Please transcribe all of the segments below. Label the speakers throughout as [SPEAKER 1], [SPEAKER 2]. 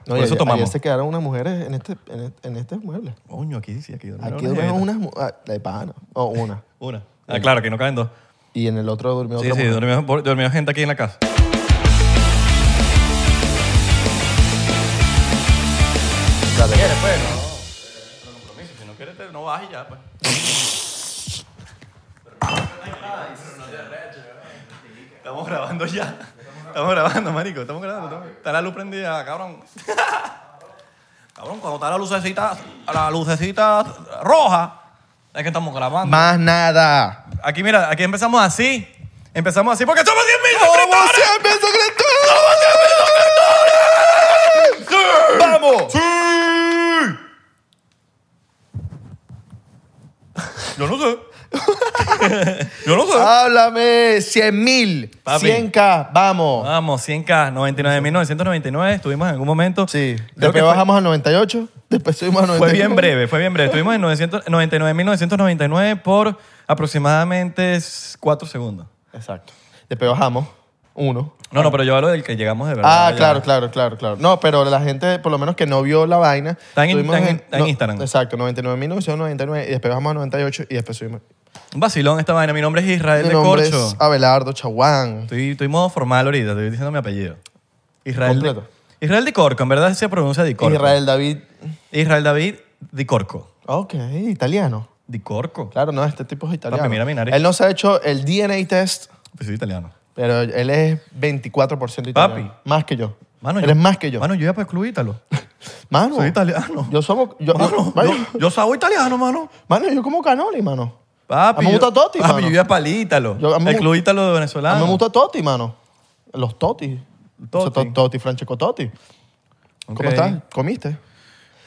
[SPEAKER 1] No,
[SPEAKER 2] Por
[SPEAKER 1] y
[SPEAKER 2] eso
[SPEAKER 1] ayer-
[SPEAKER 2] tomamos.
[SPEAKER 1] ayer se quedaron unas mujeres en este, en este, en este mueble.
[SPEAKER 2] Coño, aquí sí, aquí durmieron
[SPEAKER 1] Aquí
[SPEAKER 2] unas
[SPEAKER 1] durmieron
[SPEAKER 2] jetas.
[SPEAKER 1] unas mu- ah, de pana. O una.
[SPEAKER 2] Una. Ah, claro, aquí no caben dos.
[SPEAKER 1] Y en el otro durmió
[SPEAKER 2] Sí,
[SPEAKER 1] otra
[SPEAKER 2] sí,
[SPEAKER 1] mujer.
[SPEAKER 2] durmió, durmió gente aquí en la casa.
[SPEAKER 1] Dale,
[SPEAKER 2] quieres, pues, no. Pero compromiso, si no quieres, te- no vas y ya, pues. Estamos grabando ya. Estamos grabando, marico. Estamos grabando. estamos- Está la luz prendida, cabrón. Cabrón, cuando está la lucecita, la lucecita roja, es que estamos grabando.
[SPEAKER 1] Más nada.
[SPEAKER 2] Aquí, mira, aquí empezamos así. Empezamos así porque somos 10 mil
[SPEAKER 1] ¡Vamos
[SPEAKER 2] suscriptores.
[SPEAKER 1] siempre, secreto! ¡Vamos!
[SPEAKER 2] ¡Sí! Yo no sé. Yo no sé.
[SPEAKER 1] ¡Háblame! ¡100 mil!
[SPEAKER 2] Papi. Ah.
[SPEAKER 1] ¡100k! ¡Vamos!
[SPEAKER 2] Vamos, 100K, 99.999. Estuvimos en algún momento.
[SPEAKER 1] Sí.
[SPEAKER 2] Creo que
[SPEAKER 1] Después
[SPEAKER 2] fue-
[SPEAKER 1] bajamos al 98. Después subimos al 98.
[SPEAKER 2] Fue bien breve, fue bien breve. Estuvimos en 900 99.999 por aproximadamente 4 segundos.
[SPEAKER 1] Exacto. Después bajamos. Uno.
[SPEAKER 2] No, no, pero yo hablo del que llegamos de verdad.
[SPEAKER 1] Ah,
[SPEAKER 2] ya.
[SPEAKER 1] claro, claro, claro, claro. No, pero la gente, por lo menos que no vio la vaina.
[SPEAKER 2] Está en-
[SPEAKER 1] estuvimos
[SPEAKER 2] está en- está en
[SPEAKER 1] no,
[SPEAKER 2] Instagram.
[SPEAKER 1] Exacto, 99.999 y después bajamos a 98 y después subimos.
[SPEAKER 2] Un vacilón esta vaina. Mi nombre es Israel
[SPEAKER 1] Mi
[SPEAKER 2] de
[SPEAKER 1] nombre
[SPEAKER 2] Corcho.
[SPEAKER 1] es Abelardo Chaguán.
[SPEAKER 2] Estoy, estoy modo formal ahorita, estoy diciendo mi apellido. Israel. de-
[SPEAKER 1] Completo.
[SPEAKER 2] Israel Dicorco, en verdad se pronuncia Dicorco.
[SPEAKER 1] Israel David.
[SPEAKER 2] Israel David Dicorco.
[SPEAKER 1] Ok, italiano.
[SPEAKER 2] Dicorco.
[SPEAKER 1] Claro, no, este tipo es italiano.
[SPEAKER 2] Papi, mira mi nariz.
[SPEAKER 1] Él no se ha hecho el DNA test,
[SPEAKER 2] Pues soy italiano.
[SPEAKER 1] pero él es 24% italiano.
[SPEAKER 2] Papi.
[SPEAKER 1] Más que yo.
[SPEAKER 2] Mano,
[SPEAKER 1] Eres más que yo.
[SPEAKER 2] Mano, yo ya para club ítalo.
[SPEAKER 1] Mano,
[SPEAKER 2] Soy italiano.
[SPEAKER 1] Yo somos. Yo,
[SPEAKER 2] Mano,
[SPEAKER 1] mano,
[SPEAKER 2] yo, yo sabo italiano, mano.
[SPEAKER 1] mano, yo como canoli, mano. A
[SPEAKER 2] Papi.
[SPEAKER 1] mí me
[SPEAKER 2] yo-
[SPEAKER 1] gusta Totti,
[SPEAKER 2] Papi,
[SPEAKER 1] mano.
[SPEAKER 2] yo ya para ítalo.
[SPEAKER 1] Yo- a mí me
[SPEAKER 2] El
[SPEAKER 1] gu-
[SPEAKER 2] club ítalo de
[SPEAKER 1] A
[SPEAKER 2] venezolano.
[SPEAKER 1] mí me gusta Totti, mano. Los Totti.
[SPEAKER 2] Totti.
[SPEAKER 1] O sea, to- Totti, Francesco Totti.
[SPEAKER 2] Ok.
[SPEAKER 1] ¿Cómo estás? ¿Comiste?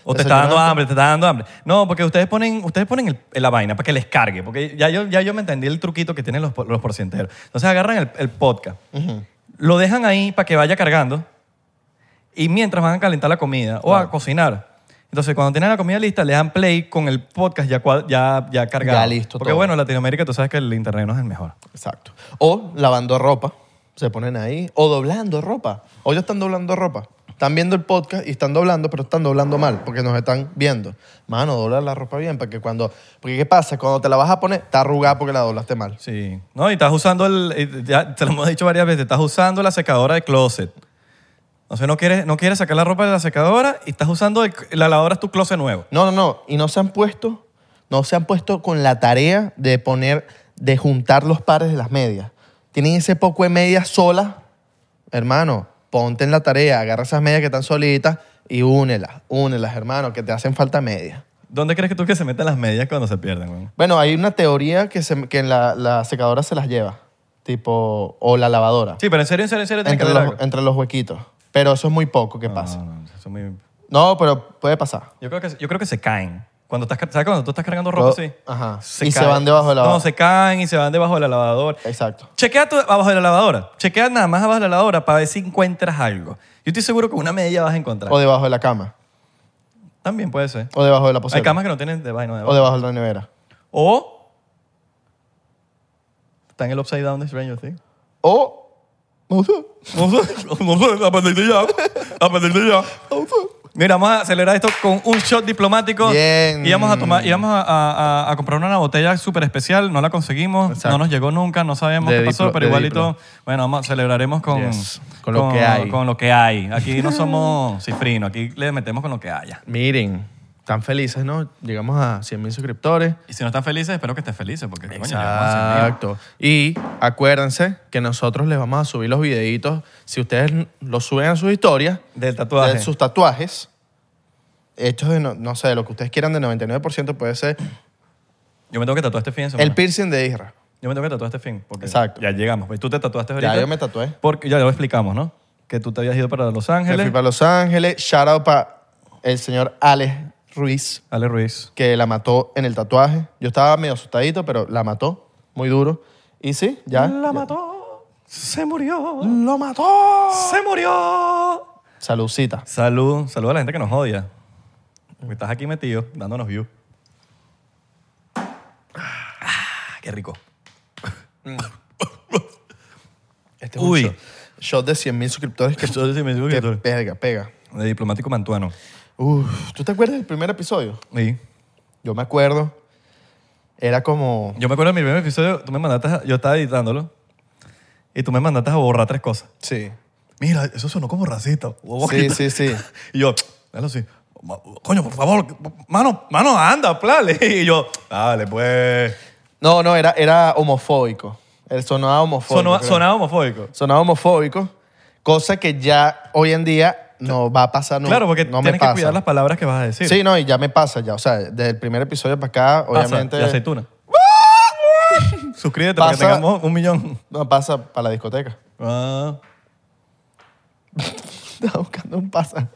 [SPEAKER 2] O te está dando
[SPEAKER 1] Desayunaste.
[SPEAKER 2] hambre, te está dando hambre. No, porque ustedes ponen, ustedes ponen el- la vaina para que les cargue. Porque ya yo, ya yo me entendí el truquito que tienen los, po- los porcenteros. Entonces agarran el, el podcast, lo dejan ahí para que vaya cargando y mientras van a calentar la comida o a cocinar. Entonces, cuando tienen la comida lista, le dan play con el podcast ya, cua- ya, ya cargado.
[SPEAKER 1] Ya listo
[SPEAKER 2] Porque
[SPEAKER 1] todo.
[SPEAKER 2] bueno, en Latinoamérica tú sabes que el internet no es el mejor.
[SPEAKER 1] Exacto. O lavando ropa. Se ponen ahí. O doblando ropa. O ellos están doblando ropa. Están viendo el podcast y están doblando, pero están doblando mal porque nos están viendo. Mano, dobla la ropa bien para que cuando... Porque ¿qué pasa? Cuando te la vas a poner, está arrugada porque la doblaste mal.
[SPEAKER 2] Sí. No, y estás usando el. eh, Ya te lo hemos dicho varias veces, estás usando la secadora de closet. Entonces no quieres, no quieres sacar la ropa de la secadora y estás usando el- la lavadora, es tu closet nuevo.
[SPEAKER 1] No, no, no. Y no se han puesto, no se han puesto con la tarea de poner, de juntar los pares de las medias. Tienen ese poco de medias solas. Hermano, ponte en la tarea, agarra esas medias que están solitas y únelas, únelas, hermano, que te hacen falta medias.
[SPEAKER 2] ¿Dónde crees que tú que se meten las medias cuando se pierden, weón?
[SPEAKER 1] Bueno, hay una teoría que, se- que en la, la secadora se las lleva, tipo, o la lavadora,
[SPEAKER 2] Sí, pero en serio, en serio, en serio, tienes que hacer
[SPEAKER 1] entre, los,
[SPEAKER 2] algo. Ah.
[SPEAKER 1] entre los huequitos. Pero eso es muy poco que
[SPEAKER 2] No,
[SPEAKER 1] pasa.
[SPEAKER 2] no, no, eso es muy-
[SPEAKER 1] No, pero puede pasar.
[SPEAKER 2] yo, creo que, yo creo que se caen. Cuando estás, ca- ¿Sabes cuando tú estás cargando ropa
[SPEAKER 1] Lo-
[SPEAKER 2] así?
[SPEAKER 1] ajá. ah, Y se van debajo de la
[SPEAKER 2] No,
[SPEAKER 1] lavadora.
[SPEAKER 2] se caen y se van debajo de la lavadora.
[SPEAKER 1] Exacto.
[SPEAKER 2] Chequea tu- abajo de la lavadora. Chequea nada más abajo de la lavadora para ver si encuentras algo. Yo estoy seguro que una media vas a encontrar.
[SPEAKER 1] O debajo de la cama,
[SPEAKER 2] También puede ser.
[SPEAKER 1] o debajo de la
[SPEAKER 2] Hay
[SPEAKER 1] poceta,
[SPEAKER 2] camas que no tienen de vaina de
[SPEAKER 1] o debajo de la nevera.
[SPEAKER 2] O está en el Upside Down de Stranger Things.
[SPEAKER 1] O. No sé.
[SPEAKER 2] No sé, no sé, a partir de ya. A partir de ya. Mira, vamos a acelerar esto con un shot diplomático.
[SPEAKER 1] Bien.
[SPEAKER 2] Y vamos a tomar, y vamos a, a- a- a comprar una botella súper especial. No la conseguimos,
[SPEAKER 1] Exacto.
[SPEAKER 2] no nos llegó nunca, no sabemos
[SPEAKER 1] De
[SPEAKER 2] qué pasó,
[SPEAKER 1] diplo-
[SPEAKER 2] pero
[SPEAKER 1] de
[SPEAKER 2] igualito, bueno, vamos, celebraremos con,
[SPEAKER 1] Yes, con lo que hay.
[SPEAKER 2] con lo que hay. Aquí no somos cifrinos, aquí le metemos con lo que haya.
[SPEAKER 1] Miren, están felices, ¿no? Llegamos a 100 mil suscriptores.
[SPEAKER 2] Y si no están felices, espero que estés felices, porque coño, llegamos a 100.000.
[SPEAKER 1] Exacto. Y acuérdense que nosotros les vamos a subir los videitos. Si ustedes los suben a sus historias,
[SPEAKER 2] del tatuaje.
[SPEAKER 1] de sus tatuajes, hechos de, no, no sé, de lo que ustedes quieran, de 99% puede ser
[SPEAKER 2] Yo me tengo que tatuar este fin de semana.
[SPEAKER 1] el piercing de Isra.
[SPEAKER 2] Yo me tengo que tatuar este fin. Porque
[SPEAKER 1] Exacto.
[SPEAKER 2] Ya llegamos. Pues Tú te tatuaste ahorita.
[SPEAKER 1] Ya, yo me tatué.
[SPEAKER 2] Porque ya lo explicamos, ¿no? Que tú te habías ido para Los
[SPEAKER 1] Me fui
[SPEAKER 2] Ángeles.
[SPEAKER 1] para Los Ángeles. Shout out para el señor Alex Ruiz.
[SPEAKER 2] Ale Ruiz.
[SPEAKER 1] que la mató en el tatuaje. Yo estaba medio asustadito, pero la mató muy duro. Y sí, ya. ya.
[SPEAKER 2] mató. Se murió.
[SPEAKER 1] Lo mató.
[SPEAKER 2] Se murió.
[SPEAKER 1] Saludcita.
[SPEAKER 2] Salud. Salud a la gente que nos odia. Porque Estás aquí metido, dándonos view. Ah, qué rico.
[SPEAKER 1] Este
[SPEAKER 2] Uy.
[SPEAKER 1] Uy. Este Shot, shot de 100 mil suscriptores que,
[SPEAKER 2] Entonces, si me digo que
[SPEAKER 1] que
[SPEAKER 2] tú-
[SPEAKER 1] pega, pega.
[SPEAKER 2] de diplomático mantuano.
[SPEAKER 1] Uf, ¿tú te acuerdas del primer episodio?
[SPEAKER 2] Sí.
[SPEAKER 1] Yo me acuerdo. Era como...
[SPEAKER 2] Yo me acuerdo de mi primer episodio, tú me mandaste, a- yo estaba editándolo, y tú me mandaste a borrar tres cosas.
[SPEAKER 1] Sí.
[SPEAKER 2] Mira, eso sonó como racista. huevo,
[SPEAKER 1] Sí,
[SPEAKER 2] quita.
[SPEAKER 1] sí, sí.
[SPEAKER 2] Y yo, déjalo así. Ma- Coño, por favor, mano, mano, anda, plale. Y yo, dale, pues.
[SPEAKER 1] No, no, era, era homofóbico. Él sonaba homofóbico.
[SPEAKER 2] Sonó-
[SPEAKER 1] creo.
[SPEAKER 2] sonaba homofóbico.
[SPEAKER 1] Sonaba homofóbico, cosa que ya hoy en día no va a pasar nunca.
[SPEAKER 2] claro, porque
[SPEAKER 1] no me
[SPEAKER 2] tienes que
[SPEAKER 1] pasa.
[SPEAKER 2] cuidar las palabras que vas a decir.
[SPEAKER 1] Sí, no, y ya me pasa ya. O sea, desde el primer episodio para acá,
[SPEAKER 2] Pasa,
[SPEAKER 1] obviamente...
[SPEAKER 2] La aceituna. Suscríbete para que
[SPEAKER 1] Pasa-
[SPEAKER 2] tengamos un millón.
[SPEAKER 1] No, pasa para la discoteca.
[SPEAKER 2] Ah,
[SPEAKER 1] Estaba buscando un pasa.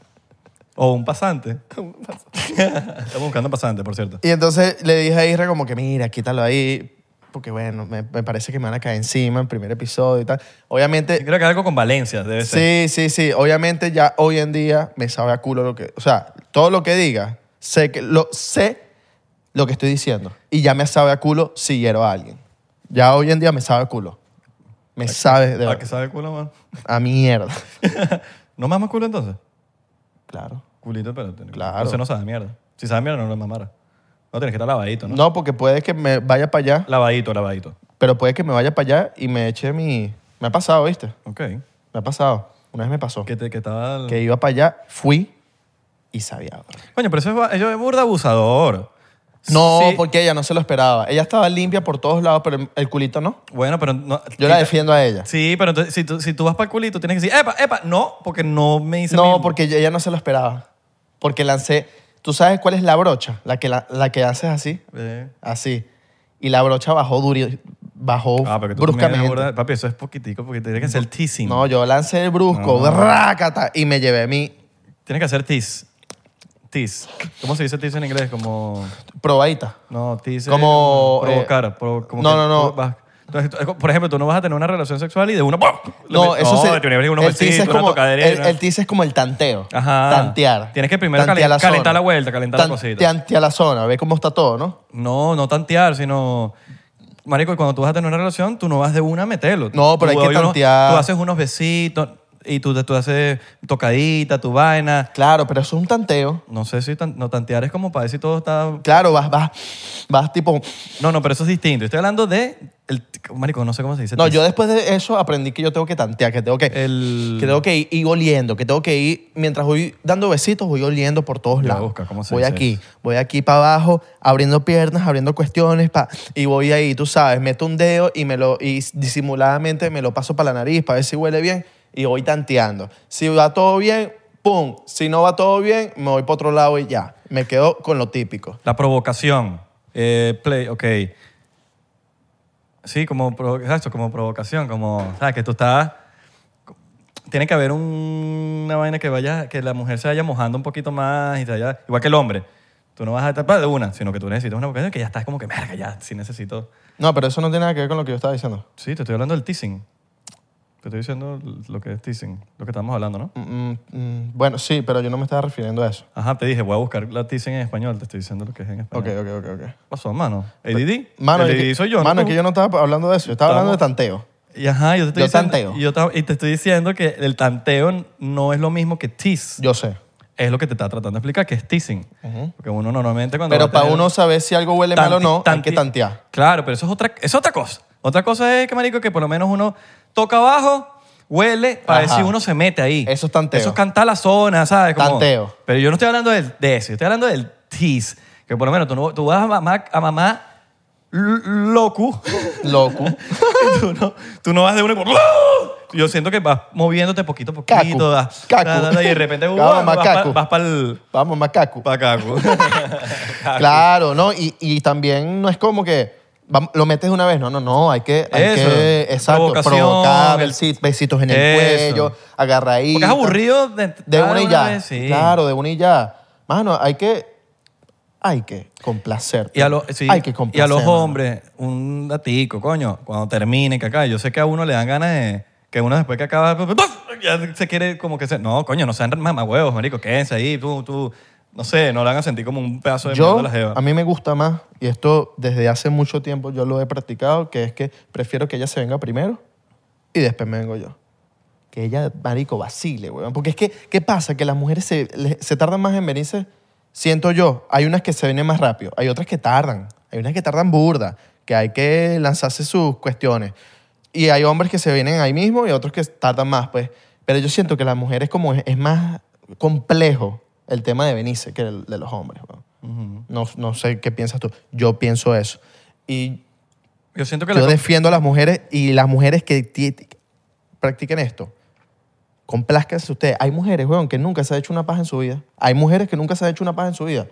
[SPEAKER 2] o un pasante. Estamos buscando pasante, por cierto.
[SPEAKER 1] Y entonces le dije a Isra como que, mira, quítalo ahí, porque bueno, me, me parece que me van a caer encima en el primer episodio y tal. Obviamente,
[SPEAKER 2] Creo que algo con Valencia debe ser.
[SPEAKER 1] Eh, sí, sí, sí. Obviamente ya hoy en día me sabe a culo lo que... O sea, todo lo que diga, sé, que, lo, sé lo que estoy diciendo. Y ya me sabe a culo si hiero a alguien. Ya hoy en día me sabe a culo. Me sabe de
[SPEAKER 2] ¿A que
[SPEAKER 1] verdad.
[SPEAKER 2] sabe culo, mano?
[SPEAKER 1] A mierda.
[SPEAKER 2] ¿No mamas culo entonces?
[SPEAKER 1] Claro.
[SPEAKER 2] Culito, pero... ten-
[SPEAKER 1] Claro.
[SPEAKER 2] Entonces no sabe mierda. Si sabe mierda, no lo mamara. No, tienes que estar lavadito, ¿no?
[SPEAKER 1] No, porque puede que me vaya para allá,
[SPEAKER 2] Lavadito, lavadito.
[SPEAKER 1] pero puede que me vaya para allá y me eche mi... Me ha pasado, ¿viste?
[SPEAKER 2] Ok.
[SPEAKER 1] Me ha pasado. Una vez me pasó.
[SPEAKER 2] Que, te, que estaba... el-
[SPEAKER 1] que iba para allá, fui y sabía.
[SPEAKER 2] Coño, pero eso es, ellos es burda abusador.
[SPEAKER 1] No,
[SPEAKER 2] Sí.
[SPEAKER 1] porque ella no se lo esperaba. Ella estaba limpia por todos lados, pero el culito no.
[SPEAKER 2] Bueno, pero... No,
[SPEAKER 1] Yo la defiendo a ella.
[SPEAKER 2] Sí, pero entonces, si tú, si tú vas para el culito, tienes que decir, epa, epa, no, porque no me hice
[SPEAKER 1] No,
[SPEAKER 2] mi-
[SPEAKER 1] porque ella no se lo esperaba. Porque lancé... ¿Tú sabes cuál es la brocha? La que, la, la que haces así.
[SPEAKER 2] Eh.
[SPEAKER 1] Así. Y la brocha bajó duri, bajó
[SPEAKER 2] Ah, pero que tú también eres burda-
[SPEAKER 1] bruscamente.
[SPEAKER 2] Papi, eso es poquitico, porque tienes que hacer teasing.
[SPEAKER 1] No, yo lancé el brusco,
[SPEAKER 2] No.
[SPEAKER 1] rácata, y me llevé mi
[SPEAKER 2] Tienes que hacer tease. Tease. ¿Cómo se dice tease en inglés? Como...
[SPEAKER 1] probadita.
[SPEAKER 2] No, tease es como
[SPEAKER 1] Como, eh,
[SPEAKER 2] provocar. provo- como
[SPEAKER 1] no,
[SPEAKER 2] que
[SPEAKER 1] no, no.
[SPEAKER 2] tú vas- entonces, tú- por ejemplo, tú no vas a tener una relación sexual y de uno... ¡pum!
[SPEAKER 1] No,
[SPEAKER 2] Le-
[SPEAKER 1] eso se-
[SPEAKER 2] te pones unos
[SPEAKER 1] el tiz
[SPEAKER 2] besitos,
[SPEAKER 1] es
[SPEAKER 2] una
[SPEAKER 1] como el,
[SPEAKER 2] tocadera y una-
[SPEAKER 1] el tiz es como el tanteo,
[SPEAKER 2] Ajá.
[SPEAKER 1] tantear.
[SPEAKER 2] Tienes que primero
[SPEAKER 1] Tantear
[SPEAKER 2] calen-
[SPEAKER 1] zona.
[SPEAKER 2] calentar la vuelta, calentar la cosita.
[SPEAKER 1] Tantear la zona, ve cómo está todo, ¿no?
[SPEAKER 2] No, no tantear, sino... Marico, cuando tú vas a tener una relación, tú no vas de una a meterlo.
[SPEAKER 1] No, pero
[SPEAKER 2] Tú
[SPEAKER 1] hay que
[SPEAKER 2] doy unos-
[SPEAKER 1] tantear.
[SPEAKER 2] tú haces unos besitos y tú, tú haces tocadita, tu vaina.
[SPEAKER 1] Claro, pero eso es un tanteo.
[SPEAKER 2] No sé si tan- no tantear es como para ver si todo está...
[SPEAKER 1] Claro, vas, vas, vas tipo.
[SPEAKER 2] No, no, pero eso es distinto. Estoy hablando de... El... Marico, no sé cómo se dice.
[SPEAKER 1] No, yo después de eso aprendí que yo tengo que tantear, que tengo que,
[SPEAKER 2] El-
[SPEAKER 1] que tengo que ir, ir oliendo, que tengo que ir mientras voy dando besitos, voy oliendo por todos
[SPEAKER 2] Yo voy a
[SPEAKER 1] lados.
[SPEAKER 2] buscar cómo se
[SPEAKER 1] voy
[SPEAKER 2] dice
[SPEAKER 1] aquí,
[SPEAKER 2] eso.
[SPEAKER 1] voy aquí para abajo, abriendo piernas, abriendo cuestiones, pa, y voy ahí, tú sabes, meto un dedo y me lo y disimuladamente me lo paso para la nariz para ver si huele bien y voy tanteando. Si va todo bien, pum. Si no va todo bien, me voy para otro lado y ya. Me quedo con lo típico.
[SPEAKER 2] La provocación. Eh, play, ok. Sí, como, provo- exacto, como provocación, como, ¿sabes? Que tú estás... Tiene que haber un- una vaina que vaya, que la mujer se vaya mojando un poquito más y se vaya, igual que el hombre. Tú no vas a tapar de una, sino que tú necesitas una provocación que ya estás como que, merga, ya, sí necesito.
[SPEAKER 1] No, pero eso no tiene nada que ver con lo que yo estaba diciendo.
[SPEAKER 2] Sí, te estoy hablando del teasing. Te estoy diciendo lo que es teasing, lo que estamos hablando, ¿no?
[SPEAKER 1] Mm, mm, bueno, sí, pero yo no me estaba refiriendo a eso.
[SPEAKER 2] Ajá, te dije, voy a buscar la teasing en español, te estoy diciendo lo que es en español.
[SPEAKER 1] Ok, ok, ok, ok.
[SPEAKER 2] ¿Qué pasó, mano? ¿ADD?
[SPEAKER 1] Mano,
[SPEAKER 2] El
[SPEAKER 1] es que-
[SPEAKER 2] ADD soy yo. ¿no?
[SPEAKER 1] mano, es que yo no estaba hablando de eso. Yo estaba hablando de
[SPEAKER 2] Estamos-
[SPEAKER 1] tanteo.
[SPEAKER 2] Y ajá, yo te estoy
[SPEAKER 1] Yo
[SPEAKER 2] diciendo,
[SPEAKER 1] tanteo.
[SPEAKER 2] y yo ta- y te estoy diciendo que el tanteo no es lo mismo que tease.
[SPEAKER 1] Yo sé.
[SPEAKER 2] Es lo que te está tratando de explicar, que es teasing. Porque uno normalmente cuando... va
[SPEAKER 1] Pero
[SPEAKER 2] a
[SPEAKER 1] para
[SPEAKER 2] tener-
[SPEAKER 1] uno saber si algo huele mal o
[SPEAKER 2] tante-
[SPEAKER 1] no, hay que
[SPEAKER 2] tante-
[SPEAKER 1] tantear.
[SPEAKER 2] Claro, pero eso es otra, eso es otra cosa. Otra cosa es que, marico, que por lo menos uno toca abajo, huele, para ver
[SPEAKER 1] Ajá.
[SPEAKER 2] si uno se mete ahí.
[SPEAKER 1] Eso es tanteo.
[SPEAKER 2] Eso es cantar la zona, ¿sabes? Como-
[SPEAKER 1] Tanteo.
[SPEAKER 2] Pero yo no estoy hablando del- de eso, yo estoy hablando del tease. Que por lo menos tú, no- tú vas a mamá, a mamá l- loco.
[SPEAKER 1] Loco.
[SPEAKER 2] tú, no, tú no vas de uno y por- ¡Uh! Yo siento que vas moviéndote poquito a poquito.
[SPEAKER 1] Cacu,
[SPEAKER 2] das-
[SPEAKER 1] cacu.
[SPEAKER 2] da- da- da, y de repente uh,
[SPEAKER 1] Cada
[SPEAKER 2] vas
[SPEAKER 1] mamá
[SPEAKER 2] para
[SPEAKER 1] cacu. Vamos, macaco.
[SPEAKER 2] cacu.
[SPEAKER 1] Claro, ¿no? Y, y también no es como que vam- lo metes de una vez. No, no, no. Hay que, hay
[SPEAKER 2] Eso.
[SPEAKER 1] que exacto,
[SPEAKER 2] Provocación,
[SPEAKER 1] provocar,
[SPEAKER 2] el-
[SPEAKER 1] besi- besitos en el
[SPEAKER 2] Eso.
[SPEAKER 1] cuello, agarra ahí.
[SPEAKER 2] Porque es aburrido de,
[SPEAKER 1] De una y ya.
[SPEAKER 2] vez, sí.
[SPEAKER 1] Claro, de una y ya. Mano, hay que... Hay que complacer.
[SPEAKER 2] Y a, lo- sí,
[SPEAKER 1] hay que
[SPEAKER 2] y
[SPEAKER 1] complacer.
[SPEAKER 2] a los
[SPEAKER 1] mano.
[SPEAKER 2] hombres, un datico, coño, cuando terminen, que acá, yo sé que a uno le dan ganas de, que uno después que acaba, pues, ¡puf! ya se quiere como que se, no, coño, no sean mamagüevos, marico, quédense ahí, tú, tú, no sé, no le van a sentir como un pedazo de mierda
[SPEAKER 1] Yo,
[SPEAKER 2] a la jeva.
[SPEAKER 1] a mí me gusta más, y esto desde hace mucho tiempo yo lo he practicado, que es que prefiero que ella se venga primero y después me vengo yo. que ella, marico, vacile, weón. Porque es que, ¿qué pasa? Que las mujeres se, le- se tardan más en venirse, siento yo. Hay unas que se vienen más rápido, hay otras que tardan, hay unas que tardan burda, que hay que lanzarse sus cuestiones. Y hay hombres que se vienen ahí mismo y otros que tardan más, pues. Pero yo siento que las mujeres como es, es más complejo el tema de venirse que el de los hombres, weón. No, no sé qué piensas tú. Yo pienso eso. Y
[SPEAKER 2] Yo siento que
[SPEAKER 1] yo
[SPEAKER 2] la-
[SPEAKER 1] defiendo a las mujeres y las mujeres que ti- ti- practiquen esto. Complázcanse ustedes. Hay mujeres, weón, que nunca se ha hecho una paja en su vida. Hay mujeres que nunca se ha hecho una paja en su vida.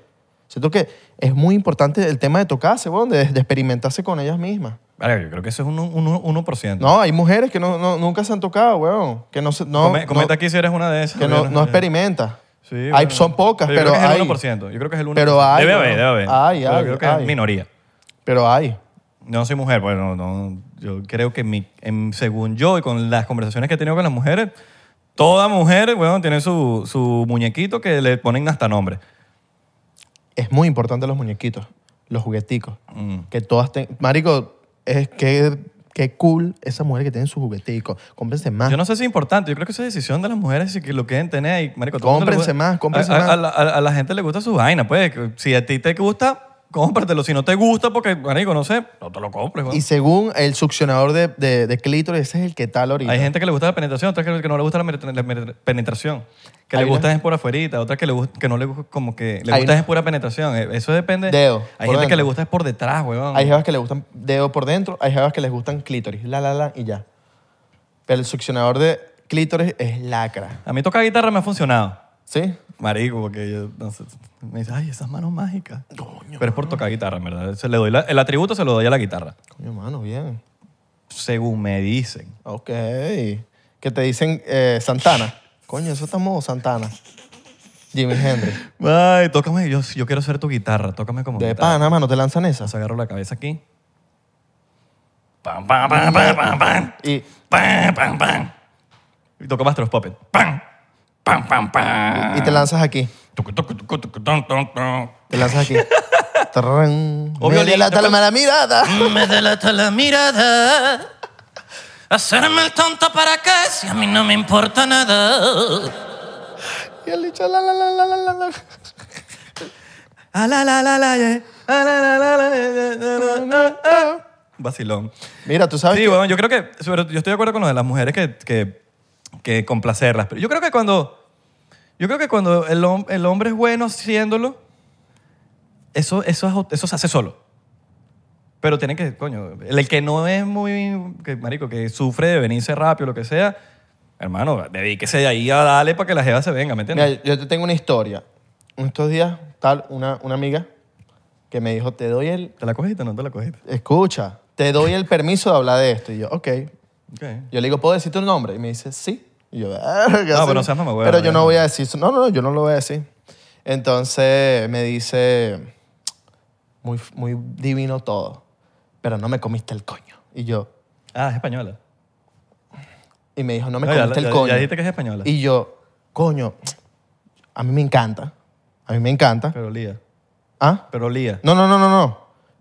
[SPEAKER 1] Siento que es muy importante el tema de tocarse, weón, de, de experimentarse con ellas mismas.
[SPEAKER 2] Verga, yo creo que eso es un, un- un 1%.
[SPEAKER 1] No, hay mujeres que no, no- nunca se han tocado, weón. Que no, se- no,
[SPEAKER 2] Come- comenta
[SPEAKER 1] no-
[SPEAKER 2] aquí si eres una de esas.
[SPEAKER 1] que no, no experimenta.
[SPEAKER 2] Sí,
[SPEAKER 1] Hay-
[SPEAKER 2] bueno.
[SPEAKER 1] son pocas,
[SPEAKER 2] Yo creo
[SPEAKER 1] pero
[SPEAKER 2] que es el
[SPEAKER 1] hay.
[SPEAKER 2] 1%. Yo creo que es el 1%.
[SPEAKER 1] Pero hay,
[SPEAKER 2] Debe
[SPEAKER 1] ¿no?
[SPEAKER 2] haber, debe haber.
[SPEAKER 1] Hay,
[SPEAKER 2] Pero
[SPEAKER 1] hay,
[SPEAKER 2] creo que
[SPEAKER 1] hay.
[SPEAKER 2] es minoría.
[SPEAKER 1] Pero hay.
[SPEAKER 2] No soy mujer, bueno, no, yo creo que mi, en- según yo y con las conversaciones que he tenido con las mujeres, toda mujer, bueno, tiene su, su muñequito que le ponen hasta nombre.
[SPEAKER 1] Es muy importante los muñequitos, los jugueticos.
[SPEAKER 2] Mm.
[SPEAKER 1] Que todas ten... Marico, es que qué cool esa mujer que tiene su juguetico. Cómprense más.
[SPEAKER 2] Yo no sé si es importante, yo creo que esa es decisión de las mujeres y que lo quieren tener. Y, marico, a todo el mundo le
[SPEAKER 1] Cómprense
[SPEAKER 2] gusta-
[SPEAKER 1] más, cómprense
[SPEAKER 2] a, a-
[SPEAKER 1] más.
[SPEAKER 2] a la, a la- a la gente le gusta su vaina, pues. que Si a ti te gusta, cómpratelo. Si no te gusta, porque, marico, no sé, no te lo compres, weón.
[SPEAKER 1] Y según el succionador de, de, de clítoris, ese es el que tal ahorita.
[SPEAKER 2] Hay gente que le gusta la penetración, otras que que no le gusta la, mer- la mer- penetración. Que
[SPEAKER 1] Hay
[SPEAKER 2] le gusta
[SPEAKER 1] una-
[SPEAKER 2] es por afuerita, otras que, le gust- que no le gusta, como que le
[SPEAKER 1] Hay
[SPEAKER 2] gusta
[SPEAKER 1] una-
[SPEAKER 2] es pura penetración. Eh, Eso depende.
[SPEAKER 1] Dedo, por
[SPEAKER 2] Hay gente que
[SPEAKER 1] dentro.
[SPEAKER 2] le gusta es por detrás, weón.
[SPEAKER 1] Hay jevas que le gustan dedo por dentro, hay jevas que les gustan clítoris, la, la, la, y ya. Pero el succionador de clítoris es lacra,
[SPEAKER 2] A mí tocar guitarra me ha funcionado.
[SPEAKER 1] ¿sí?
[SPEAKER 2] Marico, porque yo, no sé, me dice, ay, esas manos mágicas. Pero es por tocar guitarra, en verdad. Se le doy la- el atributo se lo doy a la guitarra.
[SPEAKER 1] Coño, mano, bien.
[SPEAKER 2] Según me dicen.
[SPEAKER 1] Ok. Que te dicen eh, Santana. Coño, eso está modo Santana. Jimi Hendrix.
[SPEAKER 2] Ay, tócame, yo, yo quiero ser tu guitarra, tócame como
[SPEAKER 1] De
[SPEAKER 2] guitarra.
[SPEAKER 1] pana, mano, te lanzan
[SPEAKER 2] Entonces
[SPEAKER 1] esas.
[SPEAKER 2] agarro la cabeza aquí. Pam, pam, pam, pam, pam, pam.
[SPEAKER 1] Y
[SPEAKER 2] ¡Pam, pam, pam! Y tocó Master of Puppet. ¡Pam! ¡Pam, pam, pam!
[SPEAKER 1] Y te lanzas aquí.
[SPEAKER 2] Tucu, tucu, tucu, tucu, ton, ton, ton.
[SPEAKER 1] Te lanzas aquí. Tarrán.
[SPEAKER 2] O
[SPEAKER 1] Me
[SPEAKER 2] violín,
[SPEAKER 1] delata
[SPEAKER 2] toca-
[SPEAKER 1] la mala mirada.
[SPEAKER 2] Me delata la mirada. Hacerme el tonto para qué si a mí no me importa nada.
[SPEAKER 1] Y el dicho, la, la, la, la, la, la, la.
[SPEAKER 2] A Ah, la la la la yeah. A la la la la yeah. Na, na, na, na. Vacilón.
[SPEAKER 1] Mira, tú sabes
[SPEAKER 2] Sí,
[SPEAKER 1] que
[SPEAKER 2] bueno, yo creo que, sobre- yo estoy de acuerdo con lo de las mujeres que, que, que complacerlas. Pero yo creo que cuando, yo creo que cuando el, hom- el hombre es bueno haciéndolo, eso, eso, es au- eso se hace solo. Pero tiene que, coño, el que no es muy, que, marico, que sufre de venirse rápido, lo que sea, hermano, dedíquese de ahí a darle para que la jeva se venga, ¿me entiendes?
[SPEAKER 1] Mira, yo te tengo una historia. En estos días, tal, una, una amiga que me dijo, te doy el...
[SPEAKER 2] ¿Te la cogiste o no te la cogiste?
[SPEAKER 1] Escucha, te doy el permiso de hablar de esto. Y yo, ok.
[SPEAKER 2] Ok.
[SPEAKER 1] Yo le digo, ¿puedo decir tu nombre? Y me dice, sí. Y yo, "Verga,
[SPEAKER 2] No,
[SPEAKER 1] sí".
[SPEAKER 2] pero no seas mamagüey,
[SPEAKER 1] Pero
[SPEAKER 2] ya.
[SPEAKER 1] yo no voy a decir eso. No, no, no, yo no lo voy a decir. Entonces me dice, muy, muy divino todo, pero no me comiste el coño. Y yo,
[SPEAKER 2] Ah, es española.
[SPEAKER 1] y me dijo, no me
[SPEAKER 2] No, ya-
[SPEAKER 1] comiste
[SPEAKER 2] ya-
[SPEAKER 1] el coño.
[SPEAKER 2] ya dijiste que es española.
[SPEAKER 1] Y yo, coño, a mí me encanta. A mí me encanta.
[SPEAKER 2] Pero olía.
[SPEAKER 1] ¿Ah?
[SPEAKER 2] Pero olía.
[SPEAKER 1] No, no, no, no, no.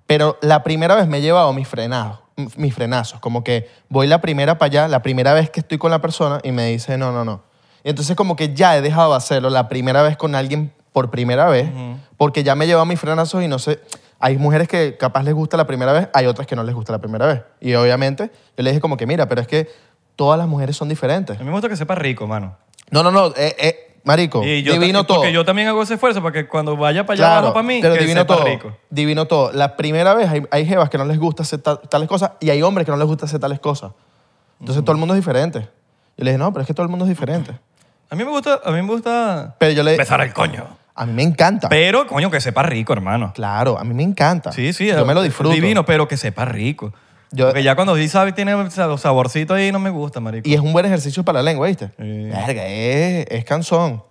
[SPEAKER 1] Pero la primera vez me he llevado mis frenados, m- mis frenazos. Como que voy la primera para allá, la primera vez que estoy con la persona y me dice, no, no, no. Y entonces como que ya he dejado de hacerlo la primera vez con alguien por primera vez, porque ya me he llevado mis frenazos y no sé. Hay mujeres que capaz les gusta la primera vez, hay otras que no les gusta la primera vez. Y obviamente yo le dije como que, mira, pero es que todas las mujeres son diferentes.
[SPEAKER 2] A mí me gusta que sepa rico, mano.
[SPEAKER 1] No, no, no, eh, eh, marico,
[SPEAKER 2] Y yo
[SPEAKER 1] divino
[SPEAKER 2] ta-
[SPEAKER 1] todo.
[SPEAKER 2] Porque yo también hago ese esfuerzo para que cuando vaya para allá abajo para mí,
[SPEAKER 1] pero
[SPEAKER 2] que
[SPEAKER 1] divino
[SPEAKER 2] sepa
[SPEAKER 1] todo.
[SPEAKER 2] rico.
[SPEAKER 1] Divino todo. La primera vez hay, hay jevas que no les gusta hacer ta- tales cosas y hay hombres que no les gusta hacer tales cosas. Entonces todo el mundo es diferente. Yo le dije, no, pero es que todo el mundo es diferente.
[SPEAKER 2] A mí me gusta, a mí me gusta
[SPEAKER 1] Pero yo le
[SPEAKER 2] besar al coño.
[SPEAKER 1] a mí me encanta.
[SPEAKER 2] Pero, coño, que sepa rico, hermano.
[SPEAKER 1] Claro, a mí me encanta.
[SPEAKER 2] Sí, sí.
[SPEAKER 1] Yo
[SPEAKER 2] es-
[SPEAKER 1] me lo
[SPEAKER 2] es
[SPEAKER 1] disfruto.
[SPEAKER 2] Divino, pero que sepa rico.
[SPEAKER 1] Yo-
[SPEAKER 2] Porque ya cuando sí sabe, tiene el sa- saborcito ahí, no me gusta, marico.
[SPEAKER 1] Y es un buen ejercicio para la lengua, ¿viste?
[SPEAKER 2] Sí.
[SPEAKER 1] Verga, es, es canzón.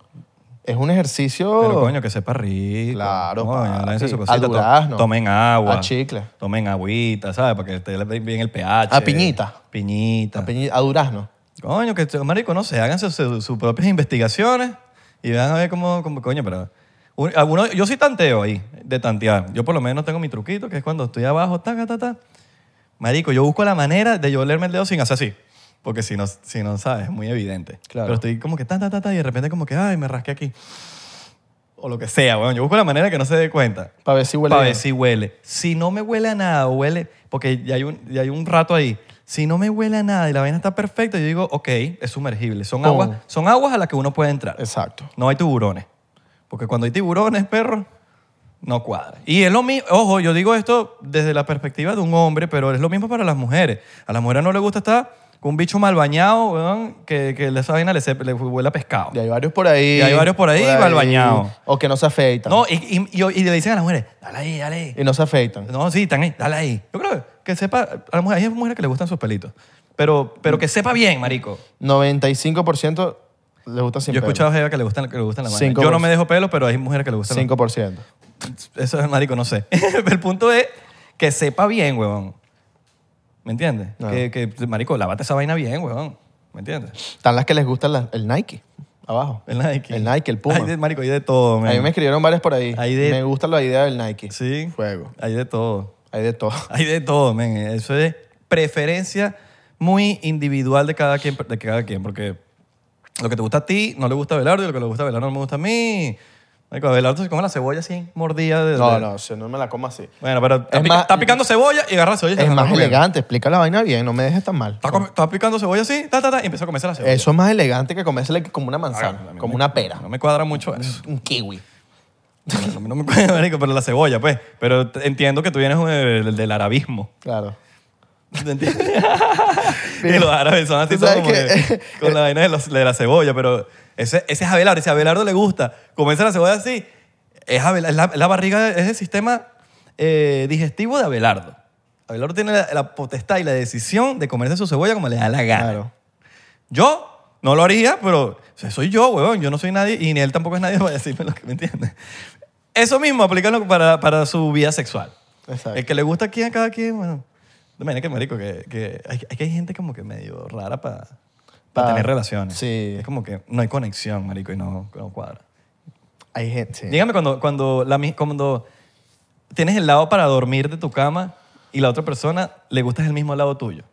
[SPEAKER 1] Es un ejercicio...
[SPEAKER 2] Pero, coño, que sepa rico.
[SPEAKER 1] Claro,
[SPEAKER 2] Coño,
[SPEAKER 1] papi.
[SPEAKER 2] lávense su
[SPEAKER 1] A
[SPEAKER 2] cosita, to-
[SPEAKER 1] durazno.
[SPEAKER 2] Tomen agua.
[SPEAKER 1] A chicle.
[SPEAKER 2] Tomen agüita, ¿sabes? Para que esté bien el pH.
[SPEAKER 1] A piñita.
[SPEAKER 2] Piñita.
[SPEAKER 1] a peñi- a durazno.
[SPEAKER 2] Coño, que marico, no sé, háganse su- sus propias investigaciones y vean a ver cómo, cómo- coño, pero... un- alguno- yo sí tanteo ahí, de tantear. Yo por lo menos tengo mi truquito, que es cuando estoy abajo, ta, ta, ta, ta. Marico, yo busco la manera de yo olerme el dedo sin hacer así. Porque si no, si no sabes, es muy evidente.
[SPEAKER 1] Claro.
[SPEAKER 2] Pero estoy como que ta, ta, ta, ta, y de repente como que, ay, me rasqué aquí. O lo que sea, weón. Yo busco la manera que no se dé cuenta.
[SPEAKER 1] Para ver si huele.
[SPEAKER 2] Para
[SPEAKER 1] bien.
[SPEAKER 2] ver si huele. Si no me huele a nada, huele, porque ya hay, un, ya hay un rato ahí. Si no me huele a nada y la vaina está perfecta, yo digo, ok, es sumergible. Son,
[SPEAKER 1] Pum.
[SPEAKER 2] aguas, son aguas a las que uno puede entrar.
[SPEAKER 1] Exacto.
[SPEAKER 2] No hay tiburones. Porque cuando hay tiburones, perro, no cuadra. Y es lo mismo, ojo, yo digo esto desde la perspectiva de un hombre, pero es lo mismo para las mujeres. A las mujeres no les gusta estar con un bicho mal bañado, weón, que, que esa vaina le, se- le huele a pescado.
[SPEAKER 1] Y hay varios por ahí.
[SPEAKER 2] Y hay varios por ahí, mal bañado.
[SPEAKER 1] O que no se afeitan.
[SPEAKER 2] No, y, y- y- y le dicen a las mujeres, dale ahí, dale ahí.
[SPEAKER 1] Y no se afeitan.
[SPEAKER 2] No, sí, están ahí, dale ahí. Yo creo que sepa, a las mujeres, hay mujeres que les gustan sus pelitos. Pero, pero que sepa bien, marico.
[SPEAKER 1] 95% les gusta sin
[SPEAKER 2] Yo he
[SPEAKER 1] pelo.
[SPEAKER 2] escuchado a Jeva que le gustan, que le gustan las manos.
[SPEAKER 1] Cinco
[SPEAKER 2] Yo no
[SPEAKER 1] por-
[SPEAKER 2] me dejo pelo, pero hay mujeres que le gustan los-
[SPEAKER 1] 5%.
[SPEAKER 2] Eso es marico, no sé. Pero el punto es que sepa bien, huevón. ¿Me entiendes?
[SPEAKER 1] Ah.
[SPEAKER 2] Que, que, marico, lávate esa vaina bien, huevón. ¿Me entiendes?
[SPEAKER 1] Están las que les gusta la- el Nike. Abajo.
[SPEAKER 2] El Nike.
[SPEAKER 1] El Nike, el Puma.
[SPEAKER 2] Hay de, marico, hay de todo, man.
[SPEAKER 1] A mí me escribieron varias por ahí.
[SPEAKER 2] Hay de-
[SPEAKER 1] Me gusta la idea del Nike.
[SPEAKER 2] Sí.
[SPEAKER 1] Fuego.
[SPEAKER 2] Hay de todo.
[SPEAKER 1] Hay de todo.
[SPEAKER 2] Hay de todo, men. Eso es preferencia muy individual de cada quien, de cada quien porque lo que te gusta a ti no le gusta a Belardo y lo que le gusta a Belardo no me gusta a mí. Marico, a Belardo se come la cebolla así, mordida. De,
[SPEAKER 1] No,
[SPEAKER 2] de-
[SPEAKER 1] no, si no me la como así.
[SPEAKER 2] Bueno, pero está,
[SPEAKER 1] Es
[SPEAKER 2] pica-
[SPEAKER 1] más-
[SPEAKER 2] está picando cebolla y agarra la cebolla. y se
[SPEAKER 1] Es
[SPEAKER 2] la
[SPEAKER 1] más
[SPEAKER 2] está comiendo.
[SPEAKER 1] elegante. Explica la vaina bien. No me dejes tan mal.
[SPEAKER 2] Está, comi- está picando cebolla así, ta, ta, ta, y empieza a comerse la cebolla.
[SPEAKER 1] Eso es más elegante que comérsela como una
[SPEAKER 2] Ah,
[SPEAKER 1] manzana,
[SPEAKER 2] a mí
[SPEAKER 1] como
[SPEAKER 2] me-
[SPEAKER 1] una pera,
[SPEAKER 2] No me cuadra mucho eso.
[SPEAKER 1] un kiwi.
[SPEAKER 2] A mí no me cuadra, marico, pero la cebolla, pues. Pero t- entiendo que tú vienes eh, del, del arabismo.
[SPEAKER 1] Claro.
[SPEAKER 2] ¿Te entiendes? y los árabes son así,
[SPEAKER 1] Tú
[SPEAKER 2] son
[SPEAKER 1] sabes
[SPEAKER 2] como
[SPEAKER 1] que-
[SPEAKER 2] que con la vaina de, los- de la cebolla, pero ese, ese es Abelardo. Si a Abelardo le gusta comerse la cebolla así, es, Abel- es la, es la barriga, es el sistema eh, digestivo de Abelardo. Abelardo tiene la, la potestad y la decisión de comerse su cebolla como le da la gana.
[SPEAKER 1] Claro.
[SPEAKER 2] Yo no lo haría, pero o sea, soy yo, huevón. Yo no soy nadie y ni él tampoco es nadie para decirme lo que me entiende. Eso mismo aplícalo para, para su vida sexual.
[SPEAKER 1] Exacto.
[SPEAKER 2] El que le gusta a quien, a cada quien, bueno. De manera que, marico, que, que hay, hay que hay gente como que medio rara para
[SPEAKER 1] Pa-
[SPEAKER 2] tener relaciones.
[SPEAKER 1] sí.
[SPEAKER 2] Es como que no hay conexión, marico, y no, no cuadra.
[SPEAKER 1] Hay gente. sí.
[SPEAKER 2] Dígame cuando, cuando, la, mi- cuando tienes el lado para dormir de tu cama y la otra persona le gusta el mismo lado tuyo.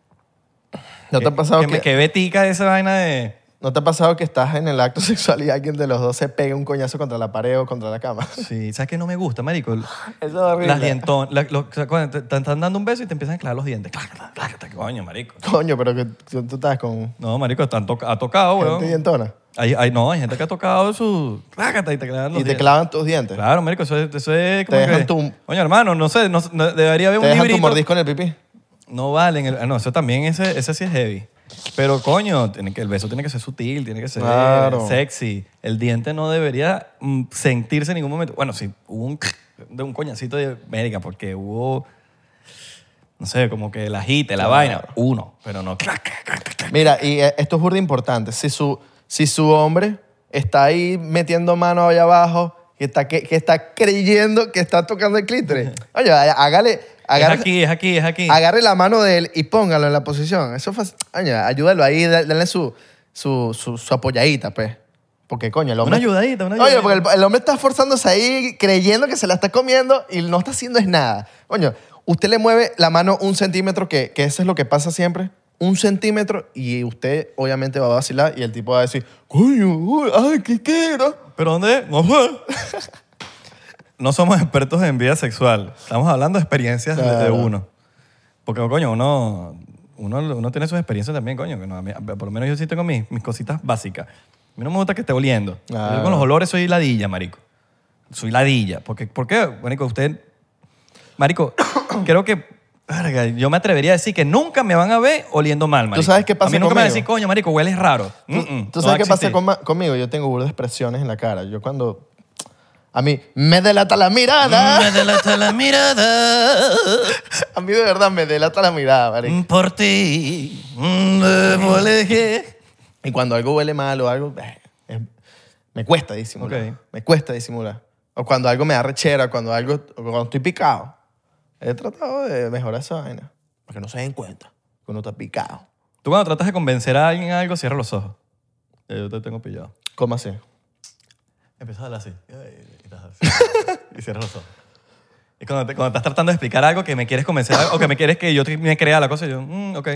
[SPEAKER 1] ¿No te ha
[SPEAKER 2] Que-
[SPEAKER 1] pasado
[SPEAKER 2] eh, que, me-
[SPEAKER 1] que,
[SPEAKER 2] que betica esa vaina de...
[SPEAKER 1] ¿No te ha pasado que estás en el acto sexual y alguien de los dos se pega un coñazo contra la pared o contra la cama?
[SPEAKER 2] Sí, ¿sabes qué no me gusta, marico?
[SPEAKER 1] Eso es horrible.
[SPEAKER 2] Las dientones. la- lo- o sea, cuando te, te están dando un beso y te empiezan a clavar los dientes. Clac, clac, clac, clac, coño, marico.
[SPEAKER 1] Coño, pero que tú, tú estás con
[SPEAKER 2] No, marico, están to- ha tocado, weón.
[SPEAKER 1] gente dientona
[SPEAKER 2] Hay, hay- no, hay gente que ha tocado su... Rácata y te clavan los
[SPEAKER 1] y te
[SPEAKER 2] dientes.
[SPEAKER 1] clavan tus dientes.
[SPEAKER 2] Claro, marico, eso es, eso es como
[SPEAKER 1] Te dejan
[SPEAKER 2] que-
[SPEAKER 1] tu-
[SPEAKER 2] Coño, hermano, no sé, no, no- debería haber
[SPEAKER 1] Te
[SPEAKER 2] un
[SPEAKER 1] dejan tu
[SPEAKER 2] librito.
[SPEAKER 1] mordisco en el pipí.
[SPEAKER 2] No valen. el- ah, no, eso también, ese, ese sí es heavy. Pero, coño, tiene que, el beso tiene que ser sutil, tiene que ser
[SPEAKER 1] Claro.
[SPEAKER 2] sexy. El diente no debería mm, sentirse en ningún momento. Bueno, si hubo un, de un coñacito de América, porque hubo, no sé, como que la jite, la vaina. Uno, pero no. clac, clac, clac, clac, clac.
[SPEAKER 1] Mira, y eh, esto es burda importante. Si su, si su hombre está ahí metiendo mano allá abajo, que está, que, que está creyendo que está tocando el clítoris, oye, vaya, hágale,
[SPEAKER 2] Es
[SPEAKER 1] agarre,
[SPEAKER 2] aquí, es aquí, es aquí.
[SPEAKER 1] agarre la mano de él y póngalo en la posición. Eso es fácil. Oye, ayúdalo ahí, da- dale su, su, su, su apoyadita, pues. Porque, coño, el
[SPEAKER 2] Una
[SPEAKER 1] hombre...
[SPEAKER 2] ayudadita, una
[SPEAKER 1] Oye,
[SPEAKER 2] ayudadita.
[SPEAKER 1] porque el, el hombre está esforzándose ahí, creyendo que se la está comiendo y no está haciendo es nada. Coño, usted le mueve la mano un centímetro, que, que eso es lo que pasa siempre, un centímetro, y usted obviamente va a vacilar y el tipo va a decir, coño, uy, ay, ¿qué quiero?
[SPEAKER 2] ¿Pero dónde? es? No sé. No somos expertos en vida sexual. Estamos hablando de experiencias de- de
[SPEAKER 1] Claro.
[SPEAKER 2] uno. Porque, coño, uno, uno, uno tiene sus experiencias también, coño. que no, a mí- por lo menos yo sí tengo mis, mis cositas básicas. A mí no me gusta que esté oliendo.
[SPEAKER 1] Claro.
[SPEAKER 2] Yo con los olores soy ladilla, marico. Soy ladilla. Porque, ¿Por qué, marico? Usted... Marico, creo que... verga, yo me atrevería a decir que nunca me van a ver oliendo mal, marico.
[SPEAKER 1] sabes qué pasa
[SPEAKER 2] A mí nunca me van a
[SPEAKER 1] conmigo?
[SPEAKER 2] decir, coño, marico, hueles raro.
[SPEAKER 1] ¿Tú,
[SPEAKER 2] Mm-mm,
[SPEAKER 1] tú
[SPEAKER 2] no va a
[SPEAKER 1] sabes qué pasa
[SPEAKER 2] existir.
[SPEAKER 1] con- conmigo? Yo tengo burdas expresiones en la cara. Yo cuando... A mí me delata la mirada.
[SPEAKER 2] Me delata la mirada.
[SPEAKER 1] A mí de verdad me delata la mirada, marico.
[SPEAKER 2] Por ti mm, me molejé.
[SPEAKER 1] Y cuando algo huele mal o algo, eh, es- me cuesta disimular.
[SPEAKER 2] Ok.
[SPEAKER 1] Me cuesta disimular. O cuando algo me da rechera, cuando algo, o cuando estoy picado. He tratado de mejorar esa vaina. Para que no se den cuenta que uno está picado.
[SPEAKER 2] Tú cuando tratas de convencer a alguien en algo, cierra los ojos. Ya Yo te tengo pillado.
[SPEAKER 1] ¿Cómo así?
[SPEAKER 2] Empiezas a hablar así. Ay, Y, estás así. Y cierras los ojos. Y cuando, te- cuando estás tratando de explicar algo que me quieres convencer algo, o que me quieres que yo te- me crea la cosa, yo, mm, ok.